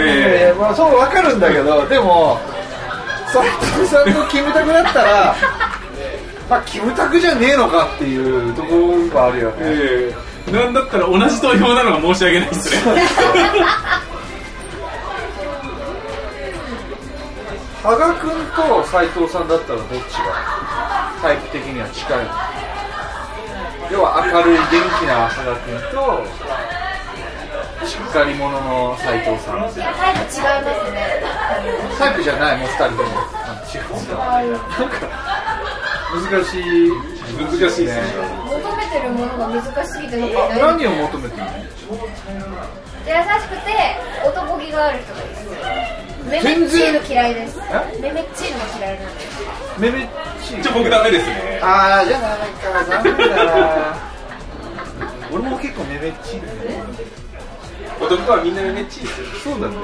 S6: え
S5: まあ、そう分かるんだけどでも斎藤さんとキムタクだったらまあキムタクじゃねえのかっていうところがあるよね、
S6: ええなんだったら同じ投票なのが申し訳ないですね
S5: 羽賀君と斎藤さんだったらどっちがタイプ的には近いの要は明るい元気な羽賀君としっかり者の斉藤さん
S7: いやタイプ違いますね
S5: タイプじゃないもう二人ともなんか難しい
S6: 難しいですね
S7: 求めてるものが難しすぎてよく
S5: あ
S7: ない
S5: 何を求めてるの
S7: 優しくて男気がある人がいいですメメッチーの嫌いです
S5: え
S7: メメッチーのも嫌いなんです
S5: めめっちい
S6: じゃあ僕ダメですね
S5: ああじゃあなんか残念だな俺も結構めめっちいだね
S6: 男はみんなめめっちいですよ
S5: そうだね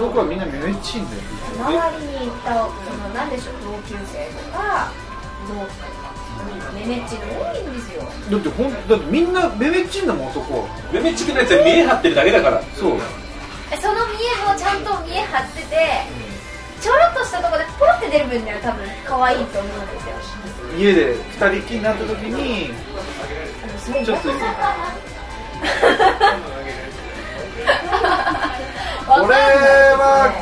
S5: 僕はみんなめめっちいんだよ
S7: 周りにいたその何でしょう同級生とか同期とかメメッチーの多いんですよ
S5: だってほんだってみんなめめっちいんだもんそこ
S6: めめっちくないやつは見え張ってるだけだから
S5: そう
S7: その見えもちゃんと見え張っててちょろっとしたところでポロって出る分には多分可愛いと思うんですよ
S5: 家で二人きりになった時に
S7: すごい
S5: ちょっと これは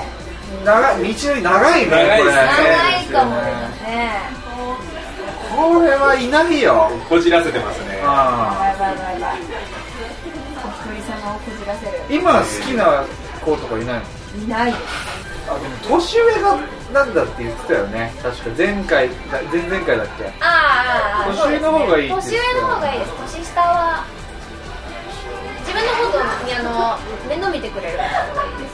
S5: 長い道のり長いね
S6: 長いですね
S7: 長いかもね
S5: これこれはいないよ
S6: こじらせてますね
S5: あ
S7: バイバイバイバイお一人様をこじらせる
S5: ー今好きな子とかいないの
S7: いない
S5: あでも年上がなんだって言ってたよね確か前回だ前々回だっけ
S7: ああ
S5: 年上の方がいいって言って
S7: 年上の方がいいです年下は自分のことにあの面倒見てくれる方がいいです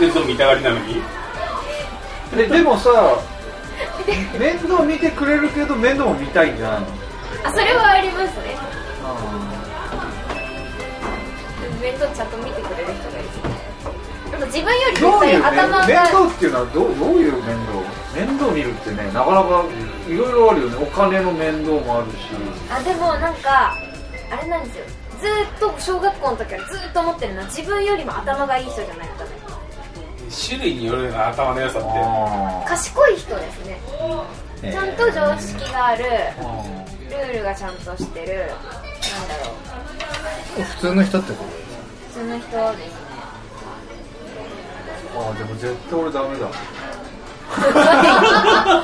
S6: でゾンビいたがりなのに
S5: ででもさ面倒見てくれるけど面倒も見たいんじゃないの
S7: あそれはありますね面倒ちゃんと見てくれる人がいいですねでも自分より
S5: ど
S7: 絶
S5: うい
S7: 対
S5: う面
S7: 頭が
S5: 面倒っていうのはどうどういう面倒面倒見るってねなかなかいろいろあるよねお金の面倒もあるし
S7: あでもなんかあれなんですよずーっと小学校の時はずーっと思ってるのは自分よりも頭がいい人じゃないとダメ
S6: 種類によるよな頭の良さっ
S5: あ
S7: 賢い人ですねちゃんと常識がある
S5: ーあ
S7: ルールがちゃんとしてるなんだろう
S4: 普通の人ってこと
S7: 普通の人ですね
S5: ーでも絶対俺ダメ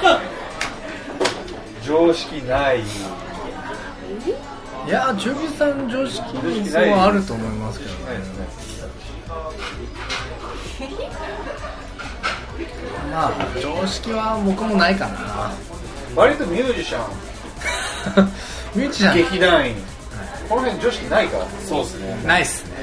S5: だ常識ない
S4: いやー中火さん常識
S5: 常識
S4: そ
S5: ない
S4: れはあると思いますけど
S5: ないですね
S4: まあ常識は僕もないかな
S5: 割とミュージシャン
S4: ミュージシャ
S5: 劇団員この辺女子ないから
S6: てそうですね
S4: ンないっすね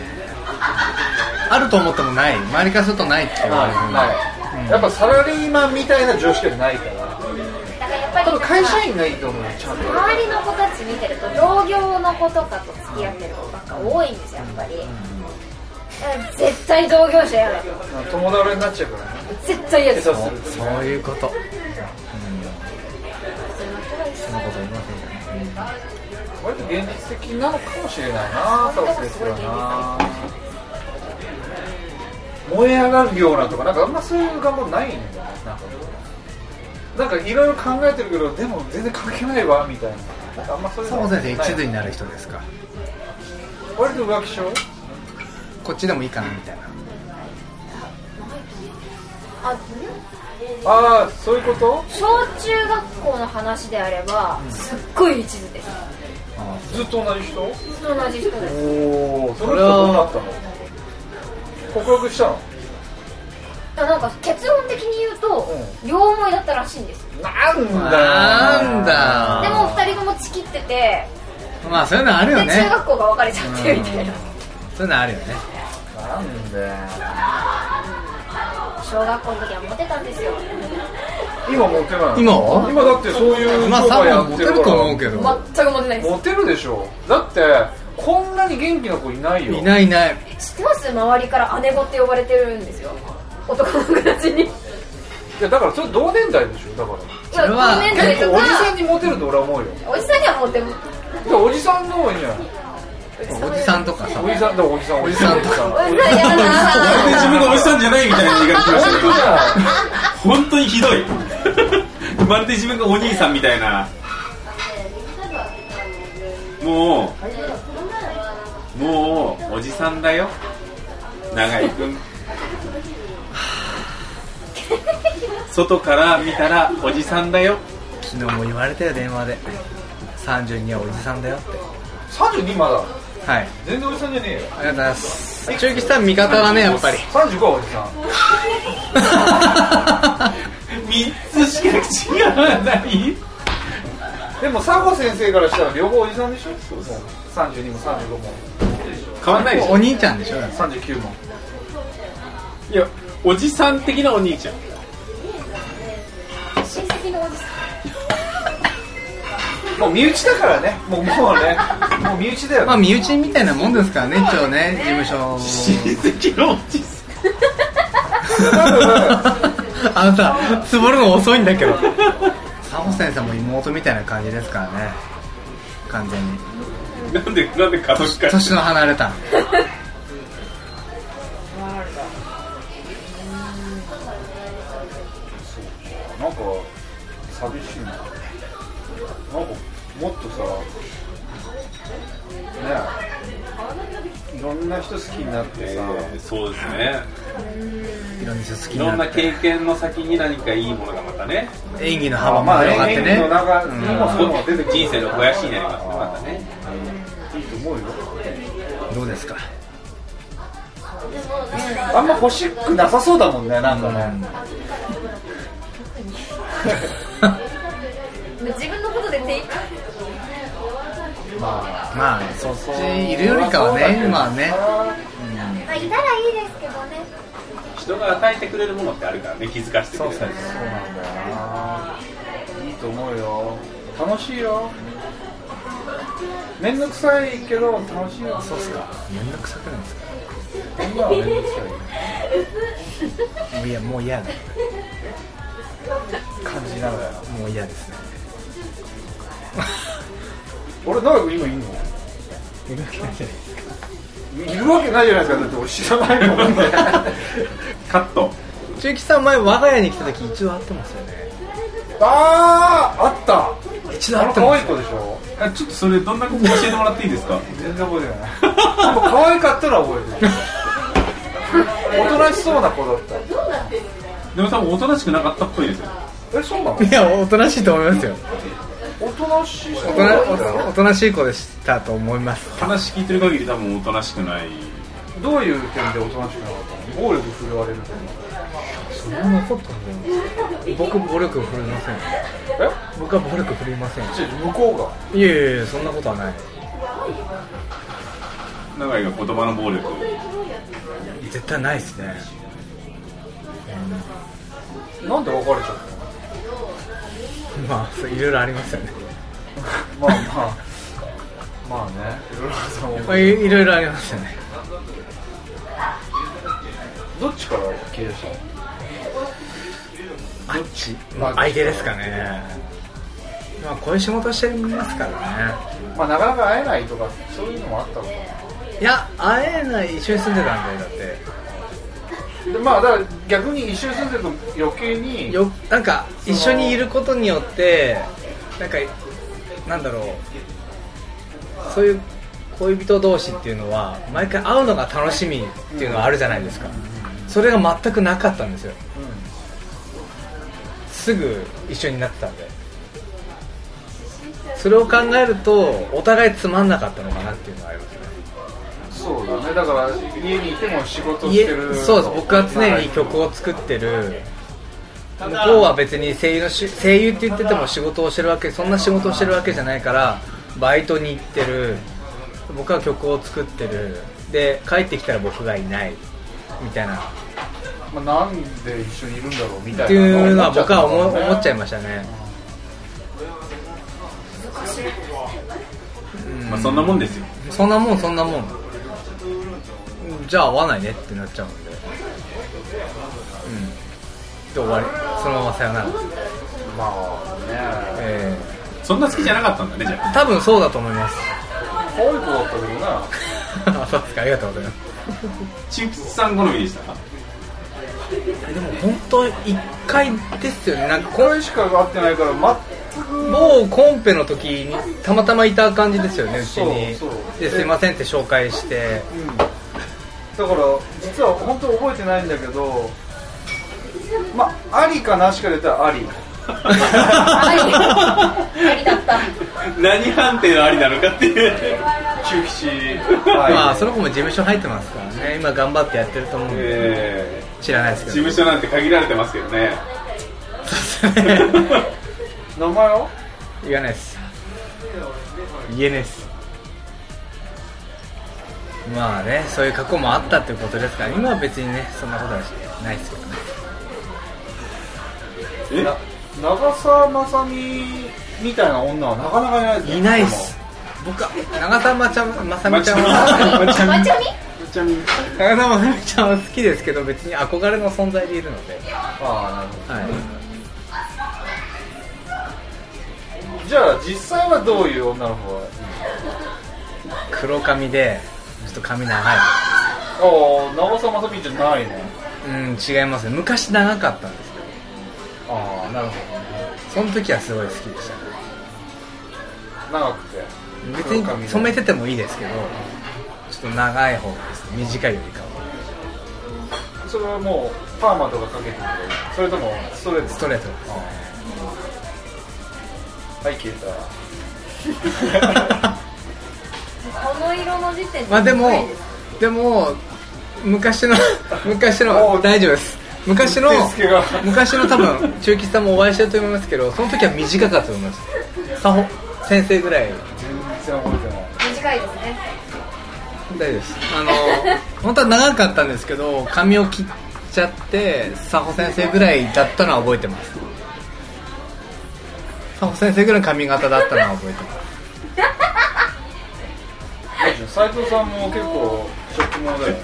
S4: あると思ってもない周りからするとないって言われる
S5: はいやっぱサラリーマンみたいな女子はないから
S7: だからやっぱり
S5: 多
S7: なん
S5: 分
S7: か
S5: 会社員がいいと思うよちゃんと
S7: 周りの子たち見てると同業の子とかと付き合ってる子ばっか多いんですよやっぱりだから絶対同業者嫌だ
S5: 友達になっちゃうからね
S7: 絶対嫌です
S5: 下
S7: 普
S5: 手すると
S4: そういうこと
S7: 通の人がいい
S4: そんなこと言いませんからね
S5: 割と現実的なのかもしれないなサウスですよな燃え上がるようなとかなんかあんまそういう願望ないんだよねなんかなんかいろいろ考えてるけどでも全然関係ないわみたいななんかあんまそういう
S4: 佐
S5: の
S4: 藤先生
S5: ない
S4: 一途になる人ですか
S5: 割と浮気症
S4: こっちでもいいかなみたいな
S7: あ
S5: ああそういうこと
S7: 小中学校の話であればすっごい一途です
S5: ずっと同じ人お
S7: ずっと同じ人です
S5: おその人どうなったの告白したの
S7: あなんか結論的に言うと両思いだったらしいんですよ
S5: なんだ
S4: なんだ
S7: でも二人ともちきってて
S4: まあそういうのある
S7: で
S4: よ
S7: 中
S4: ね
S7: 学校が別れちゃってみたいな
S4: そういうのあるよね
S5: なんだよ
S7: 小学校の時はモテたんですよ
S5: 今モテない
S4: 今は
S5: 今だってそういう
S4: まあ
S5: 商売や
S4: 多
S5: っ
S4: 分
S5: て
S4: モテ
S5: るから
S4: ると思うけど
S7: 全くモテないです
S5: モテるでしょだってこんなに元気な子いないよ
S4: いないいない
S7: 知ってます周りから姉子って呼ばれてるんですよ男の子たちに
S5: いやだからそれ同年代でしょだから
S4: それは
S7: 同年代
S5: 結
S7: と
S5: 構おじさ
S7: か
S5: んにモテると俺は思うよ
S7: おじさんにはモテも
S5: だからおじさんの方がいいんじゃない
S4: おじさんとかさ
S5: おじさんだからおじさんおじさんと
S7: お
S5: か
S7: じさんや
S6: で自
S7: だ
S6: 分
S7: な
S6: がおじさんじゃないみたいな言い方しましたけ
S5: 本当じ
S6: ど
S5: ゃん
S6: 本当にひどい まるで自分がお兄さんみたいなもうもうおじさんだよ長井 君外から見たらおじさんだよ
S4: 昨日も言われたよ電話で32はおじさんだよって
S5: 32まだ
S4: はい
S5: 全然おじさんじゃねえよ
S4: ありがとうございます中吉さん味方だねやっ ぱり
S5: 35はおじさん
S6: 3つしか違わない
S5: でも佐護先生からしたら両方おじさんでしょそうそう32も35も
S6: 変わんないでし
S4: お
S6: ょ
S4: 兄ちゃんでしょ
S5: 39も
S6: いやおじさん的なお兄 ちゃん
S7: 親戚のおじさ
S5: もう身内だからねもうもうねもう身内だよ、
S4: まあ身内みたいなもんですからね一応ね事務所
S6: 親 戚のおじさん
S4: あのさつぼるの遅いんだけどサホセンさんも妹みたいな感じですからね完全 に
S6: なんで、なんで家族会
S4: 年の離れた
S5: なんか寂しいななんかもっとさねえいろんな人好きになってさ、
S6: そうですね。
S4: いろんな人好き
S6: い
S4: に
S6: ろん
S4: な
S6: な
S4: って
S6: 経験の先に何かいいものがまたね、
S4: 演技の幅も
S5: まあ
S4: 広がって
S5: 演技
S4: ね
S5: の中にもそういうのが出てくる
S6: 人生の肥やしになりますね、またね。
S5: いいと思うよ
S4: どう ですか
S5: あんま欲しくなさそうだもんねなんかね、
S7: ん自分のことで手いっぱい
S4: まあそっちいるよりかはねまあね
S1: まあ、いたらいいですけどね。
S6: 人が与えてくれるものってあるからね、気づかせてく
S5: そう
S6: れ
S5: そ
S6: た
S5: う
S6: りとか
S5: そうなんだよないいと思うよ楽しいよ面倒くさいけど楽しいよそうっすか
S4: 面倒くさくないですか
S5: 今は面倒くさいよ
S4: いやもう嫌だ
S5: 感じながら
S4: もう嫌ですね
S5: 俺長く今い
S4: い
S5: んの
S4: るわけないじゃない
S5: いるわけないじゃないですかだって俺知らないもんね
S6: カット。
S4: 中吉さん前我が家に来た時一度会ってますよね
S5: あーあった
S4: 一度
S5: あ
S4: 会
S5: の
S4: って
S5: 可
S4: ま
S5: 愛い
S4: す
S5: 子でしょ
S6: あちょっとそれ、どんなこと教えてもらっていいですか
S5: 全然覚えてないでも可愛かったら覚えてるおとなしそうな子だっ
S6: でも多分、おとなしくなかったっぽいですよ。
S5: たえそうなの
S4: いやおとなしいと思いますよ
S5: おとなしいそう
S4: おとな
S5: だ
S4: お
S5: ったよ
S4: とおとなしい子でしたと思います
S6: 話聞いてる限り、多分、おとなしくない。
S5: どういう点でおとなしくなかったの暴力振るわれると
S4: そんなことない僕暴力振りません
S5: え
S4: 僕は暴力振りません
S5: ちょ向こうが
S4: いやいやいやそんなことはない
S6: 長井が言葉の暴力を。
S4: 絶対ないですね
S5: なんで別れちゃったの
S4: まあそういろいろありますよね
S5: まあまあまあねいろいろさもう
S4: まあいいろいろありますよね
S5: どっちから消えしたの
S4: あっちまあ相手ですかねまあこういう仕事してますからね
S5: まあなかなか会えないとかそういうのもあったのか
S4: いや会えない一緒に住んでたんでだっ
S5: なでまあだから逆に一緒に住んでると余計
S4: て
S5: に
S4: よなんか一緒にいることによってなんかなんだろうそういう恋人同士っていうのは毎回会うのが楽しみっていうのはあるじゃないですかそれが全くなかったんですよすぐ一緒になってたんでそれを考えるとお互いつまんなかったのかなっていうのはありますね
S5: そうだねだから家にいても仕事し
S4: 家
S5: てる
S4: そうです僕は常に曲を作ってる向こうは別に声優のし声優って言ってても仕事をしてるわけそんな仕事をしてるわけじゃないからバイトに行ってる僕は曲を作ってるで帰ってきたら僕がいないみたいなっ
S5: まあ、なんで一緒にいるんだろうみたいな
S4: ていうのは僕は思
S5: っちゃった
S4: 思っちゃい
S5: んだ
S4: ましたね
S6: まあ、そんなもんですよ。
S4: そんなもんそんなもんじゃあ合わないねってなっちゃうんでうんで終わりそのままさよなら
S5: まあね
S4: ええ
S6: そんな好きじゃなかったんだね、じゃあ。
S4: 多分そうだと思います
S5: 可愛い子だったけどな
S4: あそうですかありがとうございます
S6: 中吉さん好みでしたか
S4: でも本当一回ですよねなんかこ
S5: これしか会ってないから全く
S4: 某コンペの時にたまたまいた感じですよねうちに
S5: そうそう
S4: ですいませんって紹介して
S5: だから実は本当覚えてないんだけどまあありかなしかで言ったらあり
S7: いありだった
S6: 何判定のありなのかっていう。
S5: 中
S6: 周期し、
S5: はい
S4: まあその子も事務所入ってますからね今頑張ってやってると思うんで
S6: え
S4: 知らないです
S6: ー事
S4: けど
S6: 務 所なんて限られてますけど ね
S5: 名前を
S4: 言わないです言えないですまあねそういう過去もあったっていうことですから今は別にねそんなことはないですけどね
S6: え
S5: 長澤まさみみたいな女はなかなかいないですね
S4: いないっす僕は長澤まちゃんまさみちゃんは
S6: まちゃみ
S7: まちゃみ
S4: 長澤まさみちゃんは好きですけど別に憧れの存在でいるので、
S5: ああなるほ
S4: はい、
S5: どじゃあ実際はどういう女の子がいい
S4: 黒髪でちょっと髪長い
S5: ああ長澤まさみじゃないね
S4: うん違いますね昔長かったんですけど
S5: ああなるほ
S4: その時はすごい好きでしたね
S5: ど長くて
S4: 別
S5: 黒髪
S4: に
S5: の
S4: 染めててもいいですけどちょっと長い方がいいですね短いよりかは
S5: それはもうパーマとかかけてるそれともストレート
S4: ストレート
S5: ああはい消えた
S7: この色の時点で
S4: まあでもでも昔の 昔
S5: お
S4: の
S5: う
S4: 大丈夫です昔の
S5: 手つけが
S4: 昔の多分中吉さんもお会いしてると思いますけどその時は短かったと思いますさほ先生ぐらい
S5: 全然覚えてない
S7: 短いですね
S4: 大丈夫ですあの本当は長かったんですけど髪を切っちゃって佐保先生ぐらいだったのは覚えてます佐保先生ぐらいの髪型だったのは覚えてます
S5: 斉藤さんも結構直毛だよ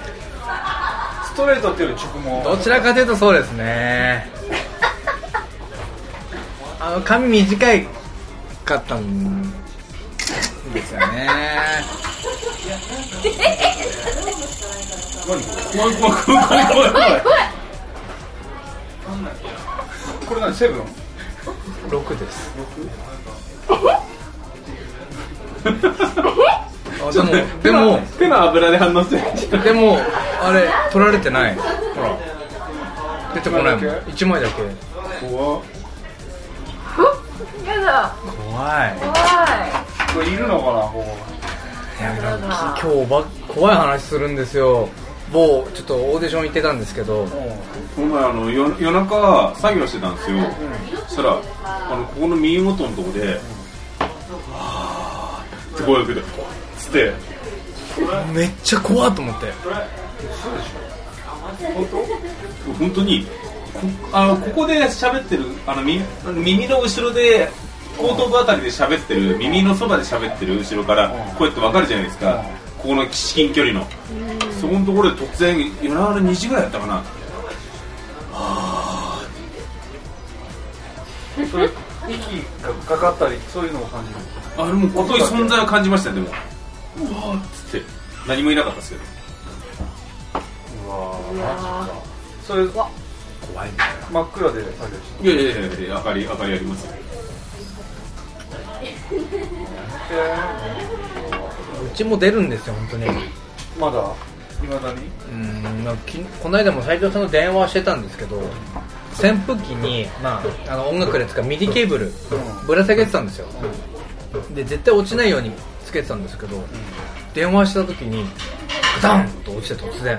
S5: ストレートっていうより直毛
S4: どちらかというとそうですねあの髪短いかったんですよね
S6: 怖い怖い怖い怖い怖い
S5: これ何セブン
S4: 6ですあ
S6: ち
S4: で
S6: ょっ
S4: も
S6: と待って
S4: でも
S6: 手の油で反応してる
S4: でもあれ取られてないほら出てこないもん1枚だけ
S6: 怖
S7: やだ
S4: 怖い
S7: 怖い
S5: これいるのかなこ
S4: いやなんか今日おば怖い話するんですよ某ちょっとオーディション行ってたんですけど
S5: こ
S6: この前あの夜夜中作業してたんですよ、そしたらあのここの耳元のとこで「はあ」って声がけて「つって
S4: めっちゃ怖いと思って
S6: 本当にこあのここで喋ってるあの耳耳の後ろで後頭部あたりで喋ってる耳のそばで喋ってる後ろからこうやって分かるじゃないですかここの至近距離のそこのところで突然夜中の2時ぐらいだったかな
S5: うそれ息がかかったりそういうのを感じる
S6: あれもうことに存在を感じましたねでもうわーっつって何もいなかったですけど
S5: うわーマジかそれは
S6: 怖いね
S5: 真っ暗で作業し
S6: いやいやいやいや明かり明かりありますよ
S5: てえ
S4: うちも出るんですよ本当に
S5: ーまだいまだに
S4: うんまあきこの間も斉藤さんと電話してたんですけど扇風機に、まあ、あの音楽で使うミディケーブルぶら下げてたんですよで絶対落ちないようにつけてたんですけど電話した時にガタンと落ちて突然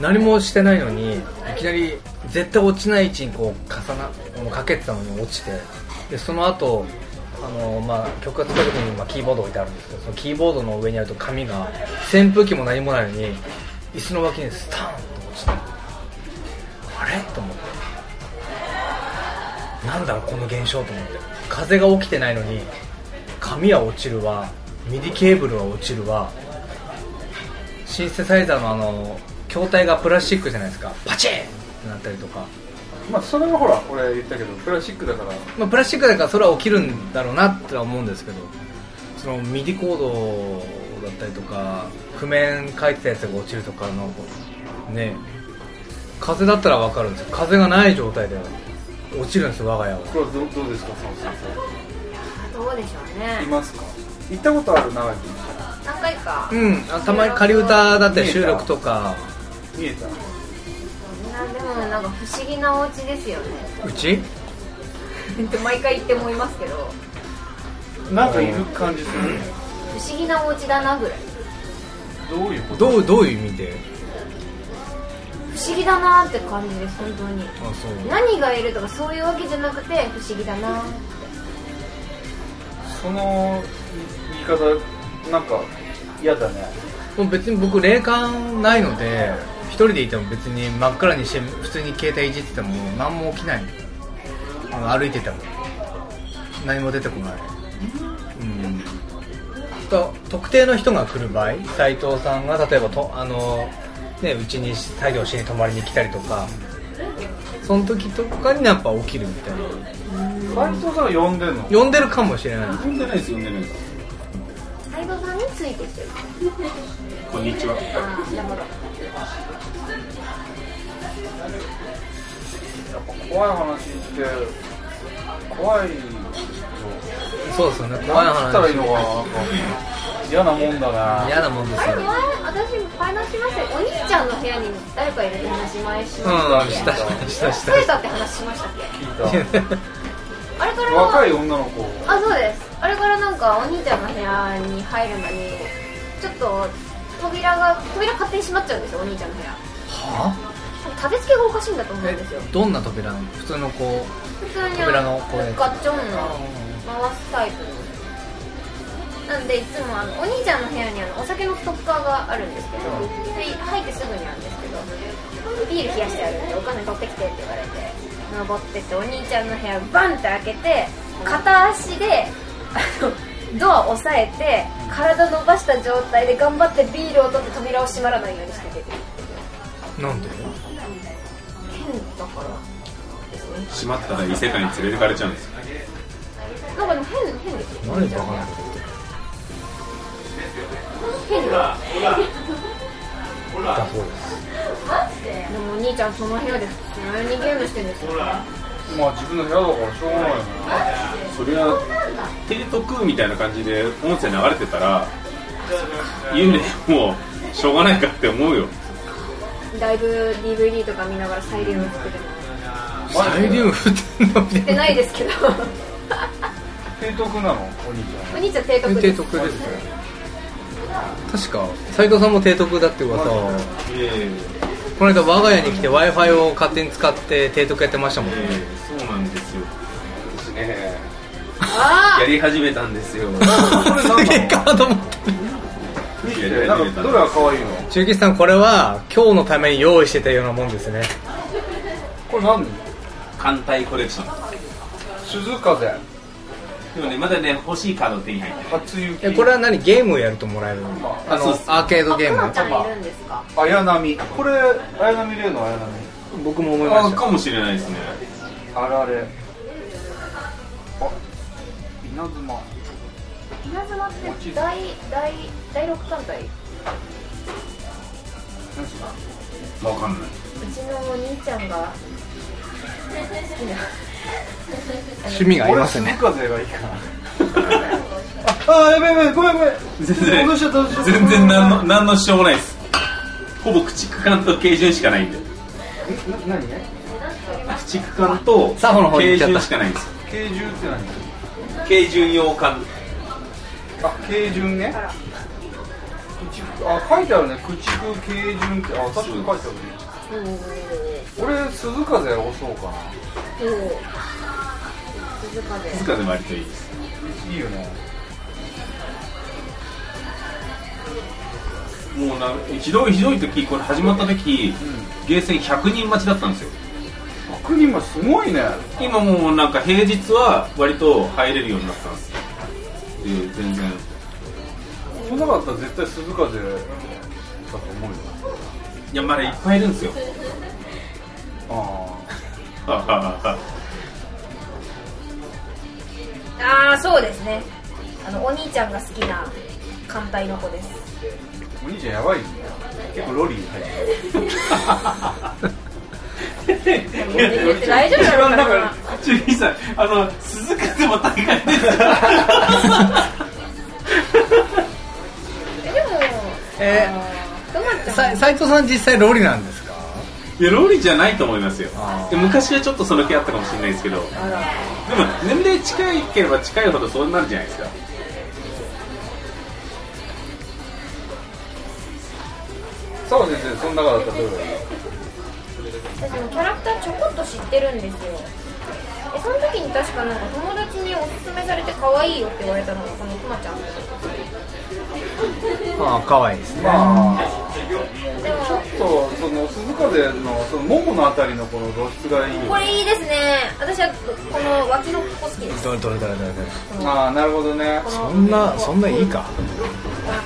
S4: 何もしてないのにいきなり絶対落ちない位置にこう重なもうかけてたのに落ちてでその後あのまあ曲が使う時にまあキーボード置いてあるんですけどそのキーボードの上にあると紙が扇風機も何もないのに椅子の脇にスターンと落ちてあれと思ってなんだろうこの現象と思って風が起きてないのに紙は落ちるわミディケーブルは落ちるわシンセサイザーのあの筐体がプラスチックじゃないですかパチンってなったりとか、
S5: まあそれはほら俺言ったけどプラスチックだから
S4: まあ、プラスチックだからそれは起きるんだろうなっては思うんですけどそのミディコードだったりとか譜面書いてたやつが落ちるとかのね風だったら分かるんですよ風がない状態で落ちるんですよ我が家は
S5: これどどうですかその先
S7: どうでしょう
S5: 生い
S7: ね
S5: ますか行ったことある長井
S7: 何回か
S4: うんあたまに仮歌だったり収録とか
S5: 君見えた
S7: なんでもなんか不思議なお家ですよね
S4: うち
S7: って毎回言って思いますけど
S5: なんかいる感じするね
S7: 不思議なお家だなぐらい
S5: どういうこと
S4: どうどういう意味で
S7: 不思議だなって感じです本当に
S4: あそう
S7: 何がいるとかそういうわけじゃなくて不思議だな
S5: その言い方なんか嫌だね
S4: もう別に僕霊感ないので一人でいても別に真っ暗にして普通に携帯いじってても何も起きないあの歩いてても何も出てこないうんと特定の人が来る場合斎藤さんが例えばとあのねうちに作業しに泊まりに来たりとかその時とかにやっぱ起きるみたいな
S5: 斎藤さんが呼んでんの
S4: 呼んでるかもしれない
S6: 呼んでないです呼んでないです
S7: 斎藤さんについてきてる
S6: こんにちは
S7: あーなるほど
S5: やっぱ怖い話って怖い
S4: そうですよね怖い
S5: 何つったら
S4: 話
S5: いいのかななんか嫌なもんだね
S4: 嫌なもんですよ
S7: 前私話しましたよお兄ちゃんの部屋に誰かいるって話前し
S4: う
S7: ましたっ
S4: ん
S7: け
S4: したしたし
S7: 増え
S4: たした
S7: って話しましたっけ
S5: 聞い
S7: あれから
S5: た若い女の子
S7: あそうですあれからなんかお兄ちゃんの部屋に入るのにちょっと扉が扉勝手に閉まっちゃうんですよお兄ちゃんの部屋
S4: は
S7: 立て付けがおかしいんだと思うんですよ
S4: あどんな扉なの普通のこ
S7: 普通に
S4: 扉のこうやつ
S7: ガッチョンの回すタイプのなんでいつもあのお兄ちゃんの部屋にあのお酒のストッカーがあるんですけど、で入ってすぐにあるんですけどビール冷やしてあるんでお金取ってきてって言われて登ってってお兄ちゃんの部屋バンって開けて片足であのドア押さえて体伸ばした状態で頑張ってビールを取って扉を閉まらないようにして出て
S4: うなんで
S7: 変だからですね
S6: 閉まったら異世界に連れてかれちゃうんですよ
S7: なんかでも変変ですよ
S4: 何バカなこと言ったそう
S7: 変です
S4: です
S7: でもお兄ちゃんその部屋で普通にゲームしてるんですよ
S5: まあ自分の部屋だからしょうがないよね
S6: それは提督みたいな感じで音声流れてたら幽霊もうしょうがないかって思うよ
S7: だいぶ DVD とか見ながらサイリウム作っても
S4: サイリウム振ってんのみ
S7: ってないですけど
S5: 提督なのお兄ち
S7: お兄ちゃん帝国
S4: 提
S7: です
S4: 督ですよ 確か斎藤さんも提督だって噂を
S6: いやいやいや
S4: この間我が家に来て w i f i を勝手に使って提督やってましたもんね
S6: そうなんですよ私ね
S7: あ
S6: やり始めたんですよ
S5: ゃんこれ
S4: すげえカード持ってる
S5: 何なのなんかどれが可愛いの
S4: 中吉さんこれは今日のために用意してたようなもんですね
S5: これ何
S6: 艦隊コレクション
S5: 鈴風
S6: でもねまだね欲しいカード手に入ってない
S5: 初
S4: え
S5: 雪
S4: これは何ゲームをやるともらえるのあの
S6: そうっす
S4: アーケードゲー
S7: ーあ
S4: ム
S7: くまちゃんいるんですか
S5: 綾波これ綾波レイの綾波
S4: 僕も思いま
S6: あ
S4: した
S6: かもしれないですね
S5: あられあ稲妻
S7: 稲妻って第第第六艦隊う
S6: わかんない
S7: ちのお兄ちゃんが好きな
S4: 趣味がありますね
S5: 俺鈴風がいいかなああやべえやべえごめんごめん
S6: 全然
S5: どうしちゃったどうしちゃった
S6: 全然何の何のしようもないですほぼ駆逐艦と軽巡しかないんで
S5: えな何ね
S6: 駆逐艦と
S4: サホの方に行
S6: 軽
S4: っちゃった
S6: 巡しかないんですよ
S5: 軽巡って何
S6: 軽巡洋艦
S5: あ、軽順ね。駆逐あ、書いてあるね。駆逐軽順って、あ、確かに書いてあるね。俺、鈴風押そうかな。
S7: 静かで
S6: 静かで割といいです
S5: いいよね。
S6: もうなひどいひどい時これ始まった時ゲーセン100人待ちだったんですよ
S5: 悪人もすごいね。
S6: 今もうなんか平日は割と入れるようになったんですよで全然
S5: そんなかったら絶対鈴風だと思うよ。
S6: いやまだいっ ぱいいるんですよ
S5: あ
S7: ああそうですねあのお兄ちゃんが好きな艦隊の子です
S5: あ。お兄ちゃんやばいね。結構ロリー入ってる。
S7: 大丈夫なのかな
S6: 中二さんあの鈴鹿でも大会です
S7: えでも
S4: え
S7: どうなっちゃう
S4: ー、斎藤さん実際ロリなんですか
S6: いやローリじゃないと思いますよで昔はちょっとその気あったかもしれないですけどでも年齢近ければ近いほどそうなるじゃないですか
S5: 澤先生その中だったらどうだいい
S7: 私もキャラクターちょこっと知ってるんですよえその時に確かなんか友達におすすめされて可愛いよって言われたのがこのくまちゃんで
S4: ああ可愛いですね
S5: まあ
S7: も
S5: ちょっとその鈴風のそのもものあたりのこの露出がいいよね
S7: これいいですね私はこの脇のここ好きです
S4: どれどれどれどれどれ
S5: ああなるほどね
S7: この
S4: そんなそんないいか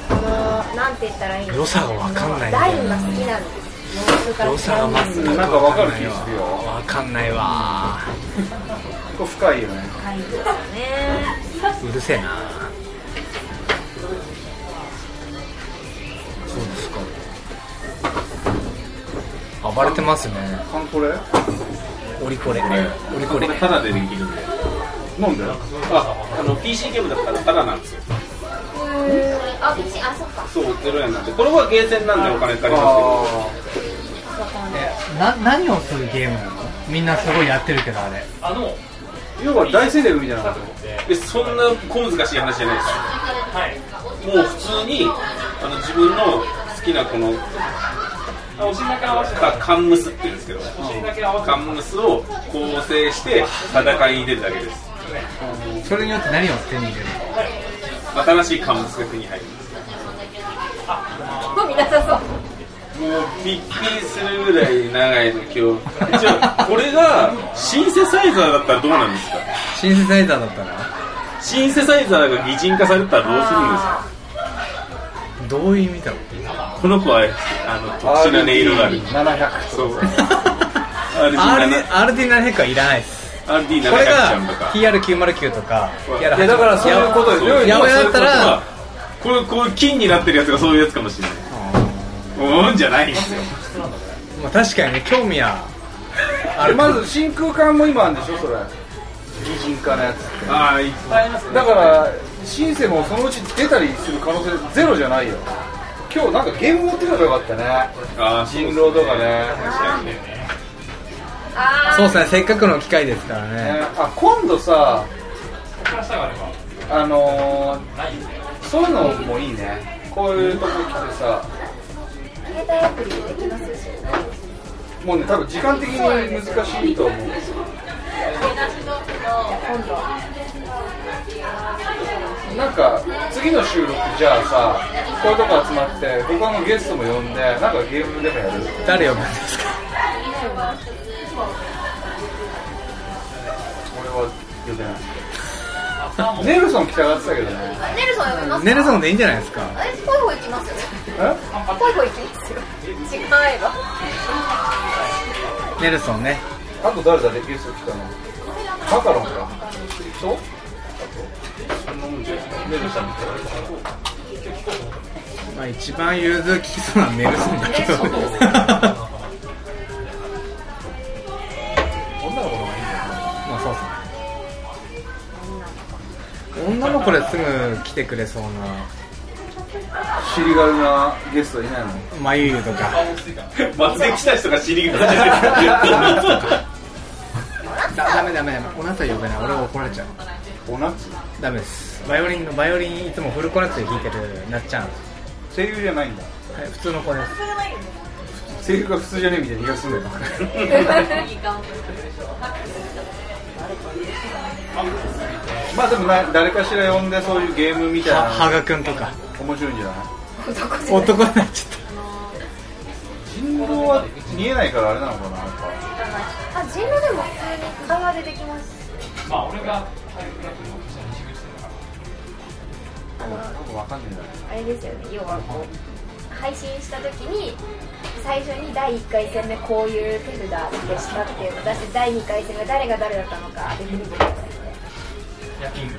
S7: このなんて言ったらいいの
S4: 良さがわかんないんだ
S7: ライ
S4: よ
S7: ンが
S4: な
S7: 好きなんです洋服から
S4: 良さが全く
S5: なんか
S4: わ
S5: わ
S4: か
S5: か
S4: ん
S5: る
S4: な
S5: 気
S4: いわ
S5: するよ
S4: わかんないわ
S5: ここ深いよね
S7: 深いですよね
S4: うるせえなそうですか暴れてますね
S5: カンコレ
S4: オリコレ
S6: これ
S4: オリコ
S6: これ
S4: レ
S6: タダでできるんで
S5: なんで
S6: ああの PC ゲームだったらタダなんですよ
S7: あ、ピチ、あ、そっか。
S6: そう0円なんでこれはゲーセンなんでお金かかりま
S4: な
S5: あ
S4: 何をするゲームなのみんなすごいやってるけどあれ
S5: あ要は大セレブみたいなこと
S6: すけどでそんな小難しい話じゃないですよもう普通にあの自分の好きなこのお尻だけ合わせたカンムスって言うんですけどカンムスを構成して戦いに出るだけです
S4: それによって何を手に入れる
S6: 新しいカンムスが手に入る
S7: 興味なさそう。
S6: もうびっくりするぐらい長いの 今日じゃあこれがシンセサイザーだったらどうなんですか
S4: シンセサイザーだったら
S6: シンセサイザーが擬人化されたらどうするんですか
S4: どういう意味だろう
S6: この子はあの特殊な音色がある
S5: 700
S6: そう
S4: RD
S6: RD700
S4: RD700 はいらないです
S6: ち
S4: これ
S6: ゃんと
S4: が
S6: か
S4: PR909 とか
S6: い
S4: PR8
S6: やだ
S4: から
S5: そういうことよ
S6: そう
S4: やばいだったら
S6: これこういう金になってるやつがそういうやつかもしれないうんじゃないんですよ
S4: まあ、確かにね興味はある
S5: まず真空管も今あるんでしょそれ擬人化のやつ
S6: ああいっぱいあります
S5: だからシンセもそのうち出たりする可能性ゼロじゃないよ今日なんかゲーム持ってくればよかったね
S6: ああ
S5: 人狼とかね
S7: あ
S4: そうですねせっかくの機会ですから
S5: ね
S4: ね
S5: あ今度さあのー、そういうのもいいねこういうとこ来てさ
S1: 携帯アプリでできますし。
S5: もうね多分時間的に難しいと思うなんか次の収録じゃあさこういうとこ集まって僕はもうゲストも呼んでなんかゲームでもやる
S4: 誰呼ぶんですか
S5: 俺は呼べないネルソン来たがってたけどね
S7: ーネルソン呼びますか
S4: ネルソンでいいんじゃないですか
S7: え、ホイホイ行きますよ。ホイホイ行きますよ。時間合えば。
S4: ネルソンね
S5: あと誰だねゲスト来たのマカロンかとネルソン
S4: まあ一番融通利きそうなのはネルソンだけど
S5: 女の子の方がいいんだよね
S4: まあそうですね女の子ですぐ来てくれそうな
S5: 尻軽なゲストいないの
S4: まゆゆとか
S6: まつげ来た人が尻が出
S4: ダメダメダメおなた呼べない俺は怒られちゃう
S5: おなつ
S4: ダメですバイオリンのバイオリンいつもフルコネクトで弾いてるなっちゃん、は
S5: 声優じゃないんだ
S4: い、普通の子です
S5: 声優が普通じゃねえみたいな気がするんだよ まあでもな誰かしら呼んでそういうゲームみたい
S4: は
S5: な
S4: 羽賀くんとか
S5: の面白いんじゃない
S4: 男になっちゃっ
S5: 人狼は見えないからあれなのかなやっ
S1: あ、ジムでも普通に会話でできます。
S5: ぱなんかわかんねえんだ
S1: あれですよね。要はこう配信した時に最初に第1回戦目こういう手札でしたっていうのを出して第2回戦目誰が誰だったのか当ててみてください。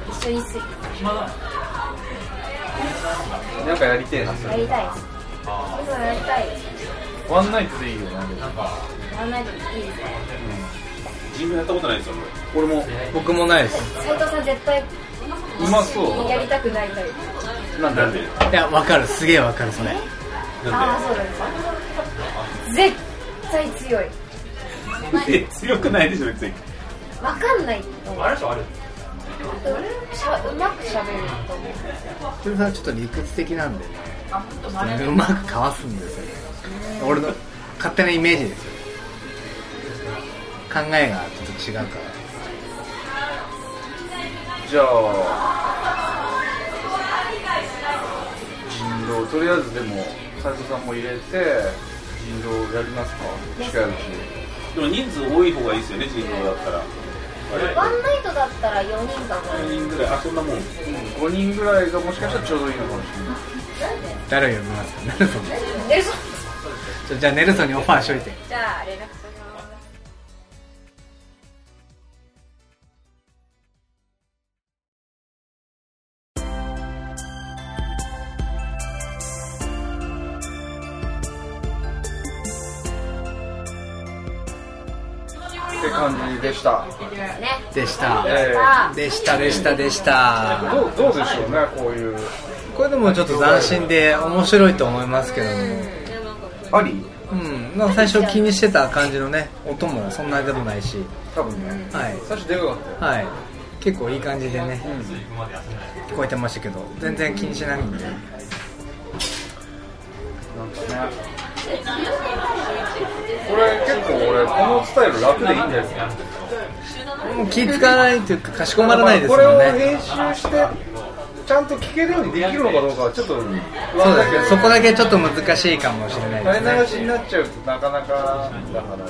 S1: 一緒にす
S5: ねなんかやりてえなそ
S1: や
S5: れ
S1: りたいです。そうやりたいです。
S5: ワンナイトでいいよなんか
S1: やらないといいですね。
S6: 自分やったことないですよ
S5: 俺も
S4: た僕もないです
S1: 斉藤さん絶対
S5: うまそ
S1: やりたくないタイプ。
S5: うなん
S6: 俺
S5: で
S6: なんで
S4: いやわかるすげえわかるそれ
S1: あ
S6: な
S1: あ
S6: ん
S1: そうなんですか絶対強い
S6: でえ強くないでしょ別に
S1: わかんないと思うあれしゃうまくしゃべると思う
S4: それさちょっと理屈的なんでねうまくかわすんですよ俺の勝手なイメージですよ考えがちょっと違うから
S5: じゃあ人狼とりあえずでも斉藤さんも入れて人狼やりますか近いうち
S6: でも人数多い方がいいですよね人狼だったら
S7: ワンナイトだったら4人かな
S6: 4人ぐらいあそんなもんい
S5: 5人ぐらいがもしかしたらちょうどいいのかもしれない
S4: 誰を呼びますかネルソン
S7: 寝るぞ
S4: ちょじゃあネルソンにオファーしといて
S7: じゃあ連絡しときます
S5: って感じでした
S4: でした
S5: え
S4: でしたでしたでした
S5: ーどうどうでしょうねこういう
S4: これでもちょっと斬新で面白いと思いますけども
S5: あり
S4: うん、なんか最初気にしてた感じのね音もそんなでもないし
S5: 多分ね
S4: はい
S5: 最初でかかったよ
S4: はい結構いい感じでね、聞こえてましたけど全然気にしないんで
S5: なんかねこれ結構俺このスタイル楽でいいんじゃないですか
S4: もう気使わないというかかしこまらないですも
S5: こ
S4: ん
S5: れを
S4: ね
S5: 編集してちゃんと聞けるようにできるのかどうかはちょっと不
S4: そ
S5: 安
S4: う
S5: だ
S4: で
S5: けど
S4: すそこだけちょっと難しいかもしれないです
S5: 垂れ
S4: ね
S5: 流しになっちゃうとなかなかだからね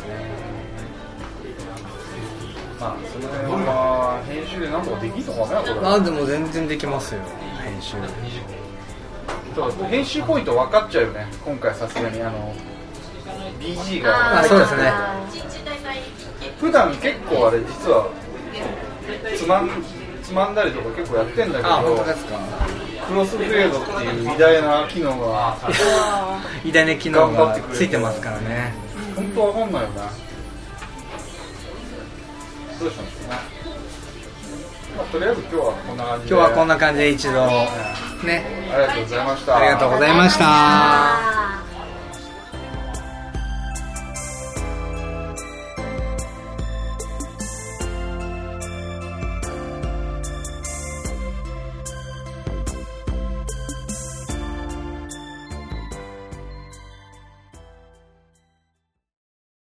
S5: まあその辺は編集でなんとかできるのかなこれ
S4: あでも全然できますよ編集
S5: 編集ポイント分かっちゃうよね今回さすがにあの BG が
S4: あそうですね
S5: 普段結構あれ実はつまんつまんだりとか結構やってんだけ
S4: あ本当
S5: ど
S4: ですか
S5: クロスフレードっていう偉大な機能が
S4: 偉大な機能がついてますからね
S5: 本当わかんないよなどうしたんでしょうね、まあ、とりあえず今日はこんな感じ
S4: 今日
S5: で
S4: はこんな感じで一度ね
S5: ありがとうございました
S4: ありがとうございました